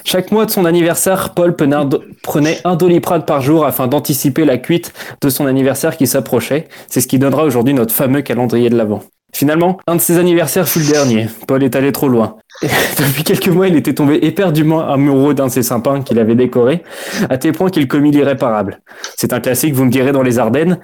S2: Chaque mois de son anniversaire, Paul prenait un do- prenait un doliprane par jour afin d'anticiper la cuite de son anniversaire qui s'approchait. C'est ce qui donnera aujourd'hui notre fameux calendrier de l'Avent. Finalement, un de ses anniversaires fut le dernier. Paul est allé trop loin. [laughs] Depuis quelques mois, il était tombé éperdument amoureux d'un de ses sapins qu'il avait décoré, à tel point qu'il commit l'irréparable. C'est un classique, vous me direz, dans les Ardennes.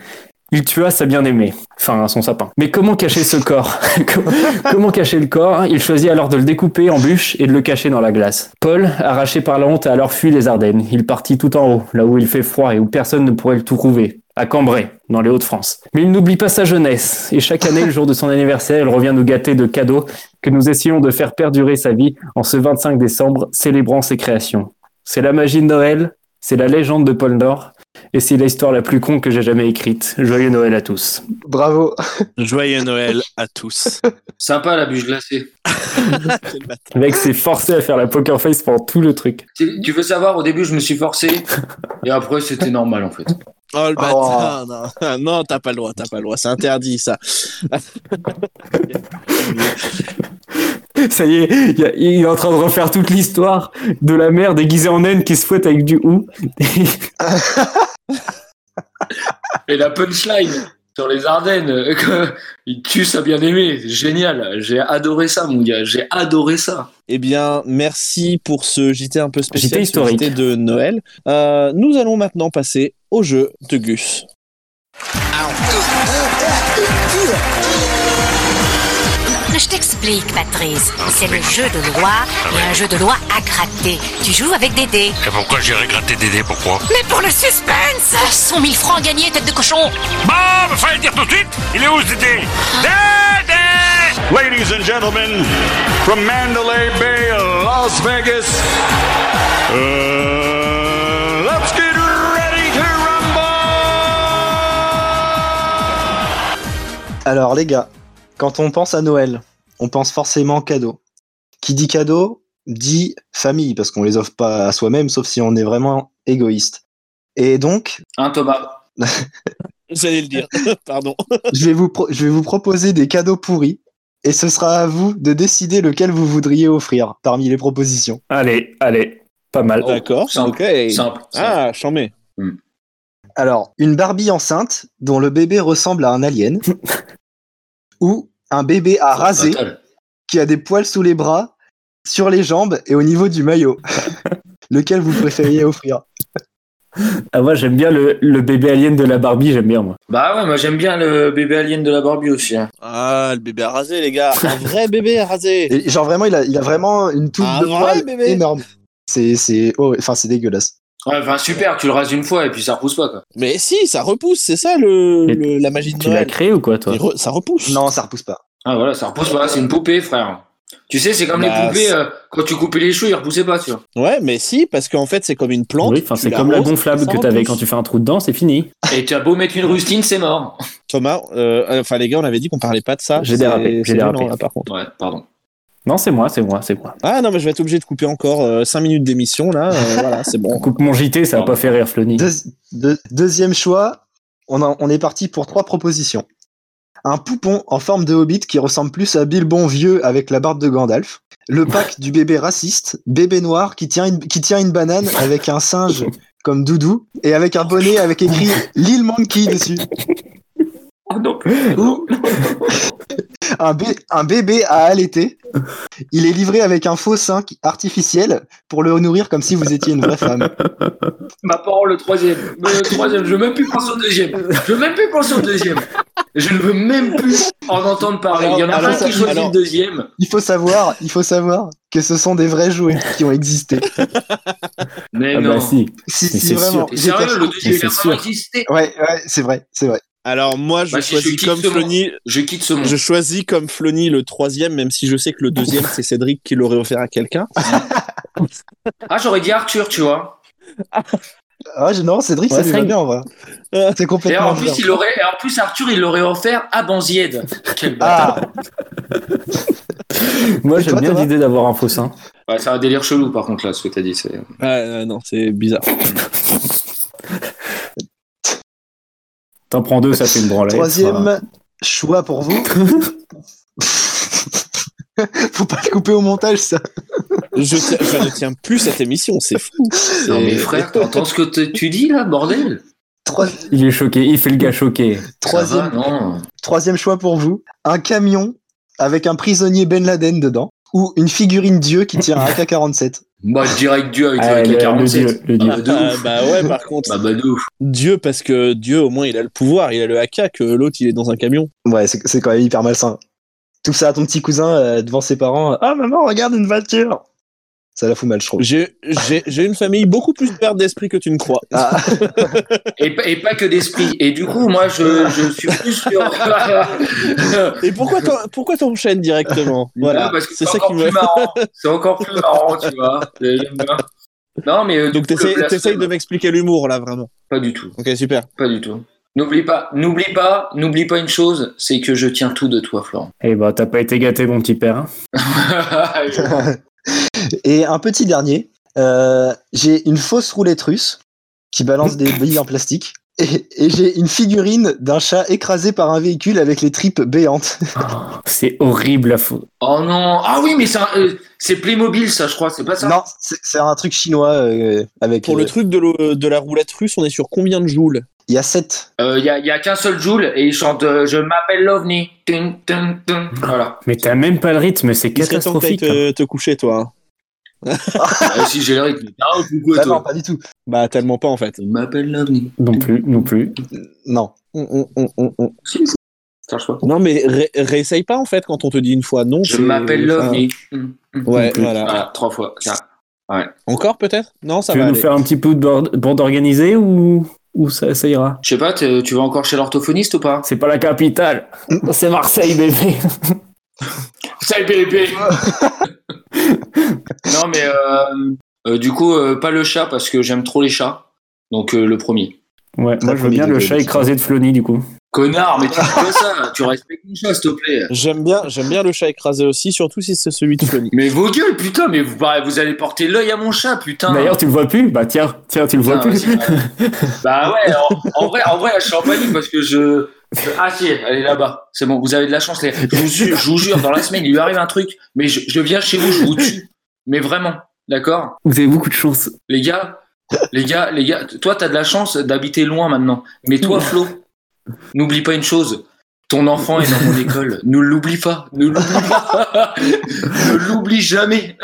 S2: Il tua sa bien-aimée, enfin son sapin. Mais comment cacher ce corps [laughs] Comment- Comment cacher le corps Il choisit alors de le découper en bûches et de le cacher dans la glace. Paul, arraché par la honte, a alors fui les Ardennes. Il partit tout en haut, là où il fait froid et où personne ne pourrait le trouver, à Cambrai, dans les Hauts-de-France. Mais il n'oublie pas sa jeunesse, et chaque année, le jour de son anniversaire, il revient nous gâter de cadeaux que nous essayons de faire perdurer sa vie en ce 25 décembre, célébrant ses créations. C'est la magie de Noël, c'est la légende de Paul Nord, et c'est l'histoire la plus con que j'ai jamais écrite. Joyeux Noël à tous.
S4: Bravo.
S3: Joyeux Noël à tous.
S7: Sympa la bûche glacée.
S3: Quel bâtard.
S2: Le mec s'est forcé à faire la poker face pendant tout le truc.
S7: Tu tu veux savoir, au début, je me suis forcé et après, c'était normal en fait.
S3: [laughs] Oh le bâtard, non, [laughs] non, t'as pas le droit, t'as pas le droit, c'est interdit ça.
S2: Ça y est, il y a- il est en train de refaire toute l'histoire de la mère déguisée en naine qui se fouette avec du hou. [laughs]
S7: Et la punchline sur les Ardennes, [laughs] euh, que- il tue sa bien-aimée, c'est génial. J'ai adoré ça, mon gars, j'ai adoré ça.
S3: Eh bien, merci pour ce JT un peu spécial,
S2: JT historique.
S3: ce JT de Noël. Euh, nous allons maintenant passer au jeu de Gus.
S8: Je t'explique, Patrice. C'est le jeu de loi et un jeu de loi à gratter. Tu joues avec des dés.
S9: Et pourquoi j'irai gratter des dés Pourquoi
S8: Mais pour le suspense 100 000 francs gagnés, tête de cochon
S9: Bon, bah, fallait le dire tout de suite Il est où ce dé Dédé
S5: Ladies and gentlemen, from Mandalay Bay, Las Vegas, uh, let's get ready to rumble!
S4: Alors les gars, quand on pense à Noël, on pense forcément cadeau. Qui dit cadeau dit famille, parce qu'on les offre pas à soi-même, sauf si on est vraiment égoïste. Et donc,
S7: Hein, Thomas
S3: Vous allez le dire, [laughs] pardon.
S4: je vais vous, pro- je vais vous proposer des cadeaux pourris, et ce sera à vous de décider lequel vous voudriez offrir parmi les propositions.
S2: Allez, allez, pas mal.
S3: Oh, D'accord,
S7: simple,
S3: ok.
S7: Simple. simple.
S3: Ah, j'en mets.
S4: Alors, une Barbie enceinte dont le bébé ressemble à un alien, ou un bébé à raser
S7: Total.
S4: qui a des poils sous les bras, sur les jambes et au niveau du maillot. lequel vous préfériez offrir
S2: Ah, moi, j'aime bien le, le bébé alien de la Barbie, j'aime bien, moi.
S7: Bah ouais, moi j'aime bien le bébé alien de la Barbie aussi. hein.
S3: Ah, le bébé à raser, les [laughs] gars. Un vrai bébé à raser.
S4: Et genre vraiment, il a, il a vraiment une touffe
S3: Ah,
S4: de
S3: vrai,
S4: poils
S3: bébé
S4: énorme. C'est c'est horri- enfin c'est dégueulasse.
S7: Ouais, enfin super, tu le rases une fois et puis ça repousse pas quoi.
S3: Mais si, ça repousse, c'est ça le,
S2: Mais
S3: le- la magie de
S2: Tu l'as
S3: Noël.
S2: créé ou quoi, toi
S3: Il re- ça repousse.
S4: Non, ça repousse pas.
S7: Ah voilà, ça repousse pas, c'est une poupée, frère. Tu sais, c'est comme
S3: Bah,
S7: les poupées,
S3: c'est-
S7: euh, quand tu coupais les choux, ils repoussaient pas,
S3: [laughs]
S7: tu vois.
S3: Ouais, mais si, parce qu'en fait, c'est comme une plante.
S2: Oui, enfin,
S3: tu
S2: c'est comme la
S3: roses,
S2: gonflable
S3: ça
S2: que t'avais
S3: repousse.
S2: quand tu fais un trou dedans, c'est fini.
S7: Et tu as beau mettre une rustine, c'est mort.
S3: Thomas, euh, enfin les gars, on avait dit qu'on parlait pas de ça.
S2: J'ai
S3: Ah, C'est-
S2: dérapé, j'ai
S3: c'est
S2: dérapé. Ah,
S3: gênant, là, par contre.
S7: Ouais, pardon.
S2: Non, c'est moi, c'est moi, c'est moi.
S3: Ah non, mais je vais être obligé de couper encore 5 minutes d'émission là. euh, voilà, c'est
S2: On
S3: bon.
S2: coupe mon JT, ça va pas faire rire, Flony.
S4: Deuxi- deux- deuxième choix, on, en- on est parti pour trois propositions. Un poupon en forme de hobbit qui ressemble plus à Bilbon vieux avec la barbe de Gandalf. Le pack du bébé raciste, bébé noir qui tient une, qui tient une banane avec un singe comme doudou et avec un bonnet avec écrit Lil Monkey dessus.
S7: Ah,
S4: Ou un, bé- un bébé à allaiter. Il est livré avec un faux sein qui- artificiel pour le nourrir comme si vous étiez une vraie femme.
S7: Ma parole, le troisième. Le troisième, je veux même plus penser au deuxième. Je veux même plus penser au deuxième. Je ne veux même plus en entendre parler. Il y en a
S4: Alors,
S7: un
S4: ça-
S7: qui choisit
S3: alors-
S7: le deuxième.
S4: Il faut savoir, il faut savoir que ce sont des vrais jouets qui ont existé.
S7: Mais
S2: Ah,
S7: non.
S2: bah si.
S4: Si,
S2: Mais
S4: si,
S2: c'est
S4: vraiment.
S7: T'es
S4: j'ai
S7: sérieux,
S4: cherché.
S7: le deuxième, il a
S2: c'est
S7: vraiment
S2: sûr.
S7: existé.
S4: Ouais, ouais, c'est vrai, c'est vrai.
S3: Alors moi, je
S7: Bah, si je
S3: choisis
S7: quitte
S3: comme
S7: ce monde.
S3: Flony.
S7: Je quitte ce monde.
S3: Je choisis comme Flony le troisième, même si je sais que le deuxième c'est Cédric qui l'aurait offert à quelqu'un.
S7: Ah, j'aurais dit Arthur, tu vois.
S4: Ah, je- non, Cédric,
S2: Ouais,
S4: ça lui
S2: c'est
S4: va bien
S2: [laughs]
S4: en vrai.
S3: Euh,
S4: C'est
S7: Et
S4: complètement
S7: en
S4: bien.
S7: plus, il aurait, et en plus, Arthur, il l'aurait offert à Banzied. Quel bâtard.
S4: Ah,
S2: Moi,
S4: Et
S2: j'aime
S4: toi,
S2: bien
S4: Thomas
S2: l'idée d'avoir un faux sein.
S7: Ouais, c'est un délire chelou, par contre, là, ce que t'as dit. c'est-
S3: Ah, euh, non, c'est bizarre.
S2: T'en prends deux, ça fait une branlette. Enfin,
S4: troisième choix pour vous. [laughs] Faut pas le couper au montage, ça.
S3: Je, tiens- je ne tiens plus cette émission, c'est fou.
S7: Non, mais
S3: C'est-
S7: frère, t'entends ce que t- tu dis, là, bordel
S4: Trois-
S2: Il est choqué, il fait le gars choqué.
S7: Ça
S4: troisième,
S7: va, non.
S4: troisième choix pour vous. Un camion avec un prisonnier Ben Laden dedans ou une figurine Dieu qui tient un AK-47.
S7: Moi, je dirais que Dieu Bah, avec
S2: Ah,
S7: le
S2: le- le dieu,
S7: 47.
S2: le dieu.
S7: Ah, de
S3: Ah,
S7: ouf.
S3: bah ouais, par contre,
S7: Bah, bah, de ouf.
S3: Dieu, parce que Dieu, au moins, il a le pouvoir, il a le AK, que l'autre, il est dans un camion.
S4: Ouais, c'est c'est quand même hyper malsain. Tout ça à ton petit cousin euh, devant ses parents. Ah, maman, regarde une voiture. Ça la fout mal, je trouve.
S3: J'ai j'ai- j'ai une famille beaucoup plus perte d'esprit que tu ne crois.
S4: Ah,
S7: Et, pa- et pas que d'esprit. Et du coup, moi, je, je suis plus sur. [laughs]
S3: Et pourquoi t'en- pourquoi t'enchaînes directement Voilà,
S7: parce que
S3: c'est
S7: c'est
S3: ça qui
S7: encore
S3: me. [laughs]
S7: plus marrant. C'est encore plus marrant, tu vois. J'aime bien. Non, mais euh, du
S3: Donc
S7: coup, le
S3: t'essayes
S7: blasphème-
S3: t'essayes de m'expliquer l'humour là vraiment.
S7: Pas du tout,
S3: Ok super.
S7: pas du tout. N'oublie pas, n'oublie pas, n'oublie pas une chose, c'est que je tiens tout de toi,
S3: [laughs]
S7: Florent.
S2: Eh ben, t'as pas été gâté, mon petit père. hein.
S4: [laughs] Et un petit dernier. Euh, j'ai une fausse roulette russe qui balance des billes en plastique. Et, et j'ai une figurine d'un chat écrasé par un véhicule avec les tripes béantes.
S2: C'est horrible la faute.
S7: oh non, ah oui, mais c'est un- euh, c'est Playmobil, ça, je crois, c'est pas ça.
S4: Non, c'est c'est un truc chinois euh, avec.
S3: Pour le
S4: euh,
S3: truc de, l'eau- de la roulette russe, on est sur combien de joules
S4: Il y a 7.
S7: Il n'y a, Euh, y a qu'un seul Joule et il chante euh, Je m'appelle l'OVNI. Tum, tum, tum. Voilà.
S2: Mais t'as même pas le rythme, c'est
S3: Il serait temps que t'ailles
S2: catastrophique.
S3: te, te coucher toi. hein.
S7: Ah, si j'ai le rythme. Ah, coucou à
S4: Bah
S7: toi.
S4: non, pas du tout. [laughs]
S3: Bah tellement pas en fait.
S7: Je m'appelle
S2: hein.
S7: l'OVNI.
S3: euh,
S2: Non plus, non plus.
S4: Non.
S3: On- on- on- on- on-
S7: Ça, je crois.
S3: mm, Non mais ré- réessaye pas en fait quand on te dit une fois non.
S7: Je
S3: c'est-
S7: m'appelle
S3: enfin,
S7: l'OVNI. Hum, hum.
S3: Ouais
S2: Plus.
S3: voilà.
S7: Voilà, trois fois. Ça.
S3: Encore peut-être Non ça
S2: tu veux
S3: va
S2: nous
S3: aller.
S2: faire un petit peu de bande bande organisée ou, ou ça, ça ira
S7: Je sais pas, t'es- tu vas encore chez l'orthophoniste ou pas
S2: C'est pas la capitale, c'est Marseille,
S3: [laughs]
S2: bébé.
S7: Salut bébé Non, mais euh, euh, du coup, euh, pas le chat parce que j'aime trop les chats. Donc euh, le premier.
S2: Ouais, moi je veux
S4: promis,
S2: bien le
S4: désolé,
S2: chat
S4: c'est
S2: écrasé de Flony du coup.
S7: Connard, mais tu fais pas ça. Tu respectes mon chat, s'il te plaît.
S3: J'aime bien, j'aime bien le chat écrasé aussi, surtout si c'est celui
S2: [laughs]
S3: de Flonny.
S7: Mais vos gueules, putain, mais vous, vous allez porter l'œil à mon chat, putain.
S2: D'ailleurs, tu le vois plus Bah tiens, tiens, tu le vois
S7: Putain,
S2: plus.
S7: ouais, c'est pas- bah ouais, en, en vrai, en vrai, je suis en panique parce que je. je- Ah si, elle est là-bas. C'est bon, vous avez de la chance. les- Je vous jure, je vous jure, dans la semaine, il lui arrive un truc. Mais je, je viens chez vous, je vous tue. Mais vraiment, d'accord
S2: Vous avez beaucoup de chance.
S7: Les gars, les gars, les gars, toi, t'as de la chance d'habiter loin maintenant. Mais toi, Flo, n'oublie pas une chose. Ton enfant est dans mon école. Ne l'oublie pas. Ne l'oublie pas. [laughs] ne l'oublie jamais.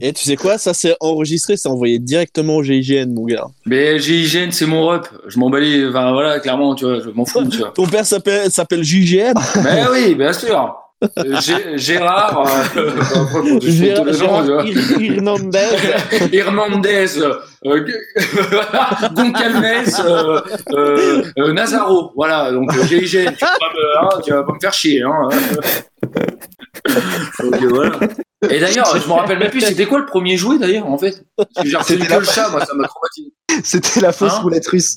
S3: Et tu sais quoi, ça c'est enregistré, c'est envoyé directement au GIGN, mon gars.
S7: Mais GIGN, c'est mon rep. Je m'en bats les- Enfin, voilà, clairement, tu vois, je m'en fous, tu vois.
S3: Ton père s'appelle s'appelle GIGN.
S7: Mais oui, bien sûr. Euh, Gé- Gérard, euh,
S3: Gérard,
S7: Gérard,
S3: Gérard Ir- Irlandais.
S7: Irlandez, euh, [laughs] Goncalves, euh, euh, euh, Nazaro. Voilà, donc euh, GIGN, tu vas, pas me- hein, tu vas pas me faire chier. Hein. Donc, euh, voilà. Et d'ailleurs, je me rappelle même plus, c'était quoi le premier jouet d'ailleurs en fait Parce que J'ai retenu
S4: C'était
S7: que
S4: la-
S7: le chat, moi ça m'a traumatisé.
S4: C'était la fausse
S7: Hein
S4: roulette russe.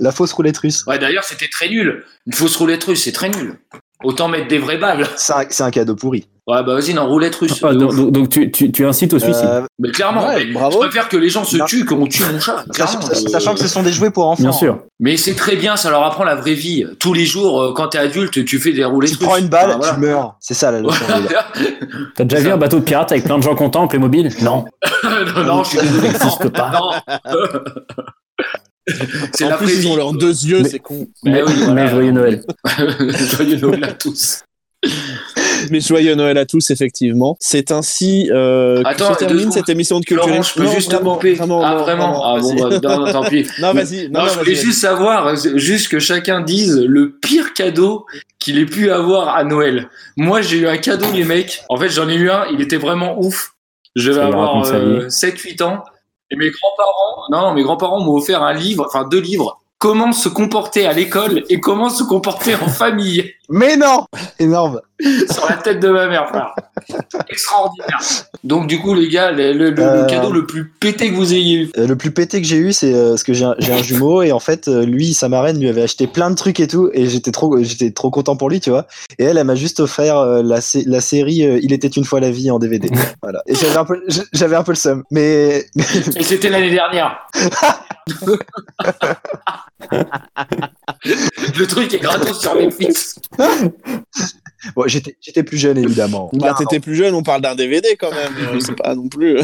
S4: La fausse roulette russe.
S7: Ouais, d'ailleurs, c'était très nul. Une fausse roulette russe, c'est très nul. Autant mettre des vraies balles.
S4: C'est un, c'est un cadeau pourri.
S7: Ouais, bah vas-y, non, roulette russe.
S2: Ah,
S7: de
S2: donc
S7: ouf.
S2: donc tu, tu, tu incites au suicide.
S4: Euh,
S7: Mais clairement,
S3: Ouais,
S7: mais
S3: bravo.
S7: je préfère que les gens se
S4: Non.
S7: tuent qu'on tue mon chat.
S4: sachant,
S7: clairement.
S4: sachant- sachant que ce sont des jouets pour enfants.
S2: Bien sûr.
S7: Mais c'est très bien, ça leur apprend la vraie vie. Tous les jours, euh, quand t'es adulte, tu fais des roulés.
S4: Tu prends une balle,
S7: Bah,
S4: tu meurs. C'est
S7: [laughs]
S4: ça la leçon. les gars.
S2: T'as déjà
S7: C'est
S2: vu
S7: ça.
S2: un bateau de pirates avec plein de gens contents en Playmobil
S7: [laughs]
S2: Non,
S7: non, non, je suis désolé.
S2: ça n'existe pas.
S7: Non. [laughs] c'est la
S3: En
S7: vraie
S3: plus, ils
S7: vie.
S3: ont leurs deux yeux,
S2: Mais-
S3: c'est con.
S7: Mais oui,
S2: Mais
S7: voilà.
S2: joyeux Noël.
S7: [laughs] Joyeux Noël à tous.
S3: Mais joyeux Noël à tous, effectivement. C'est ainsi euh, que
S7: Attends,
S3: se
S7: deux
S3: termine
S7: secondes.
S3: cette émission de culture.
S7: Florent, je peux
S3: Non,
S7: juste te
S3: vraiment,
S7: couper.
S3: vraiment,
S7: ah,
S3: non,
S7: vraiment
S3: non,
S7: Ah bon,
S3: vas-y.
S7: bah, non, non, tant pis.
S3: Non, vas-y. [laughs]
S7: Non,
S3: Non, non,
S7: je voulais
S3: vas-y.
S7: juste savoir, euh, juste que chacun dise le pire cadeau qu'il ait pu avoir à Noël. Moi, j'ai eu un cadeau, les mecs. En fait, j'en ai eu un, il était vraiment ouf. Je vais
S2: Ça lui
S7: avoir
S2: raconte sa vie.
S7: 7-8 ans. Et mes grands-parents, non, non, mes grands-parents m'ont offert un livre, enfin deux livres. Comment se comporter à l'école et comment se comporter en [laughs] famille
S4: Mais non Énorme.
S7: sur la tête de ma mère, frère. Extraordinaire. Donc, du coup, les gars, le, le- le
S4: Euh.
S7: cadeau le plus pété que vous ayez eu.
S4: Euh, le plus pété que j'ai eu, c'est euh, parce que j'ai un, j'ai un jumeau et en fait, euh, lui, sa marraine lui avait acheté plein de trucs et tout et j'étais trop, j'étais trop content pour lui, tu vois. Et elle, elle m'a juste offert euh, la, sé- la série euh, Il était une fois la vie en DVD. voilà. Et j'avais un peu, j'avais un peu le seum. Mais
S7: Et c'était l'année dernière.
S4: [laughs]
S7: le truc est gratos sur Netflix.
S4: bon, j'étais, j'étais plus jeune évidemment.
S3: Bah, t'étais plus jeune, on parle d'un DVD quand même. euh, c'est pas non plus.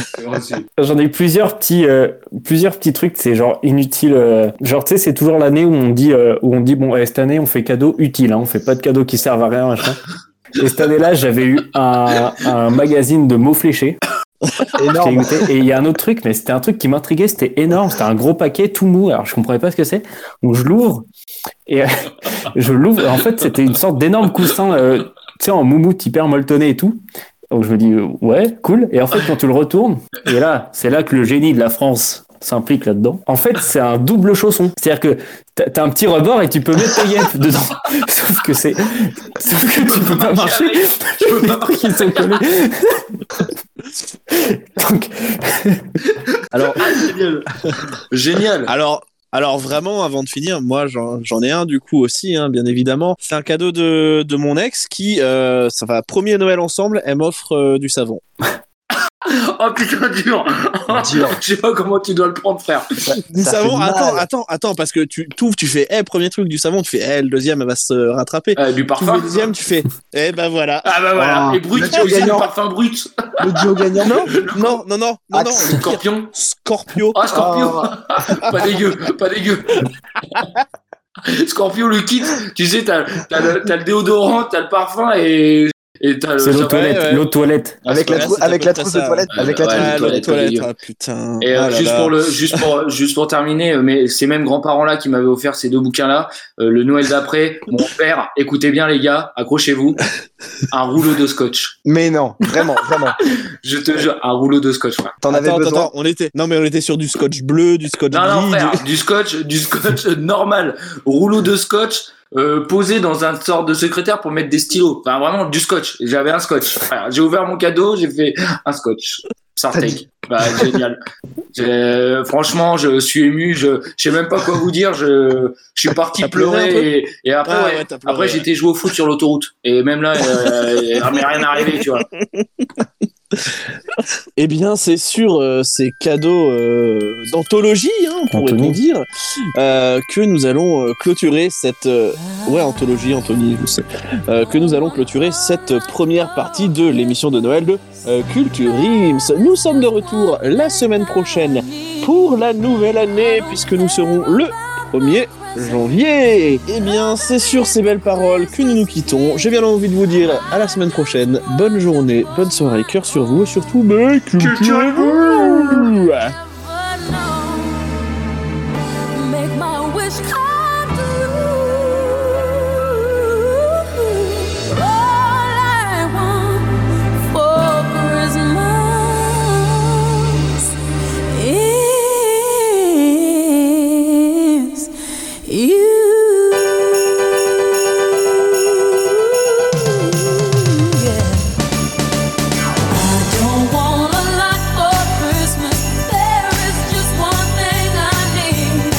S2: J'en ai eu plusieurs petits, euh, plusieurs petits trucs, c'est genre inutile. euh, genre, tu sais, c'est toujours l'année où on dit, euh, où on dit bon, eh, cette année, on fait cadeau utile, hein, on fait pas de cadeaux qui servent à rien, machin. Et cette année-là, j'avais eu un, un magazine de mots fléchés. que j'ai
S4: Énorme.
S2: goûté. Et il y a un autre truc, mais c'était un truc qui m'intriguait, c'était énorme, c'était un gros paquet tout mou, alors je comprenais pas ce que c'est. Donc je l'ouvre, et [laughs] euh, je l'ouvre, et en fait c'était une sorte d'énorme coussin, euh, tu sais, en moumoute hyper molletonné et tout. Donc je me dis, euh, ouais, cool. Et en fait, quand tu le retournes, et là, c'est là que le génie de la France s'implique là-dedans. En fait, c'est un double chausson. C'est-à-dire que t'as- t'as un petit rebord et tu peux mettre tes guêpes [laughs] dedans. Sauf que c'est, sauf que tu peux pas marcher. Les [laughs] trucs, ils sont collés. Donc, alors,
S7: Génial. Génial.
S3: Alors, alors vraiment, avant de finir, moi j'en j'en ai un du coup aussi, hein, bien évidemment. C'est un cadeau de, de mon ex qui, euh, ça va, premier Noël ensemble, elle m'offre euh, du savon.
S7: Oh putain, dur.
S4: Dur.
S7: Je sais pas comment tu dois le prendre, frère.
S3: Du
S4: Ça
S3: savon,
S4: fait mal.
S3: attends, attends, attends, parce que tu t'ouvres, tu fais, eh, premier truc du savon, tu fais, eh, le deuxième, elle va se rattraper.
S7: Euh, du
S3: Tu ouvres
S7: parfum.
S3: le deuxième, tu fais, eh ben voilà.
S7: Ah bah voilà.
S4: Ah.
S7: Et brut,
S4: Le
S7: tu as aussi du
S4: gagnant.
S7: parfum brut.
S4: Le duo gagnant.
S3: Non, non, non, non,
S7: Ah,
S3: non, non, le pire,
S7: Scorpion.
S3: Scorpio.
S7: Ah, Scorpio.
S4: Ah.
S7: [laughs] pas dégueu. Pas dégueu. Scorpio, le kit. Tu sais, t'as t'as le, t'as le déodorant, t'as le parfum et. et t'as le-
S2: C'est l'eau
S7: ça va.
S2: toilette,
S3: ouais.
S2: l'eau toilette.
S4: Avec la,
S3: Ouais,
S4: trou-
S3: c'est à
S4: avec
S3: peu
S4: la
S3: près
S4: trousse
S3: ça,
S4: de toilette.
S7: ouais.
S4: Avec la
S7: Ouais,
S4: trousse de
S3: Ah,
S7: le
S4: toilette.
S3: les
S7: toilette,
S3: toilettes,
S7: oui.
S3: ah, putain.
S7: Et euh,
S3: Ah là
S7: juste
S3: là.
S7: pour le, juste pour, juste pour terminer, euh, mais ces mêmes grands-parents-là qui m'avaient offert ces deux bouquins-là, euh, le Noël d'après, mon père, écoutez bien les gars, accrochez-vous, un rouleau de scotch.
S4: Mais non, vraiment, vraiment.
S7: Je te jure, un rouleau de scotch, frère.
S4: T'en avais
S3: Attends, attends,
S4: besoin.
S3: attends, on était, non mais on était sur du scotch bleu, du scotch
S7: Non, non,
S3: gris, du-
S7: frère, du scotch, du scotch [laughs] normal, rouleau de scotch. euh, posé dans un sort de secrétaire pour mettre des stylos. Enfin, vraiment, du scotch. Et J'avais un scotch. frère. J'ai ouvert mon cadeau, j'ai fait un scotch. Sartek. Bah, génial. J'ai- euh, Franchement, je suis ému. Je je sais même pas quoi vous dire. Je, je suis parti
S3: T'as pleuré un peu
S7: pleurer. Et, et après,
S3: Ah
S7: ouais,
S3: ouais, t'as pleuré,
S7: après
S3: ouais.
S7: j'étais joué au foot sur l'autoroute. Et même là, euh, il m'est rien arrivé, tu vois.
S3: Eh bien, c'est sur euh, ces cadeaux euh, d'anthologie, hein, pourrait-on
S2: Anthony.
S3: dire, euh, que nous allons euh, clôturer cette... euh, ouais, anthologie, Anthony, je sais. Euh, que nous allons clôturer cette première partie de l'émission de Noël de euh, Culture Ims. Nous sommes de retour la semaine prochaine pour la nouvelle année, puisque nous serons le 1er janvier. Eh bien, c'est sur ces belles paroles que nous nous quittons. J'ai bien envie de vous dire à la semaine prochaine. Bonne journée, bonne soirée, cœur sur vous, et surtout, mais cultivez-vous
S6: alone. Make my wish come true. All I want for Christmas is you. Yeah. I don't want a lot for Christmas. There is just one thing I need.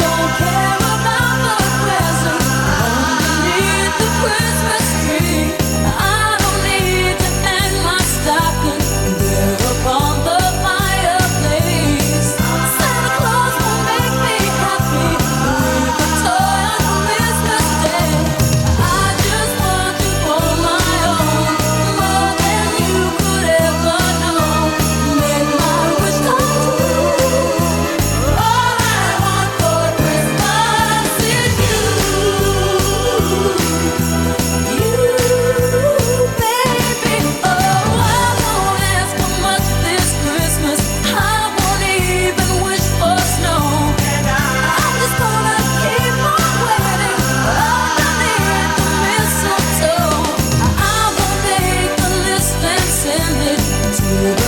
S6: Don't care about the presents. Only need the Christmas tree. I don't need to hang my stocking there upon the fireplace. Santa Claus will make me happy with a toy on Christmas Day. I just want you for my own, more than you could ever know. Make my wish come true. All I want for Christmas is you. You, baby, oh, I won't ask for much this Christmas. I won't even wish for snow. I'm just gonna keep on waiting underneath the mistletoe. I won't make a list and send it to the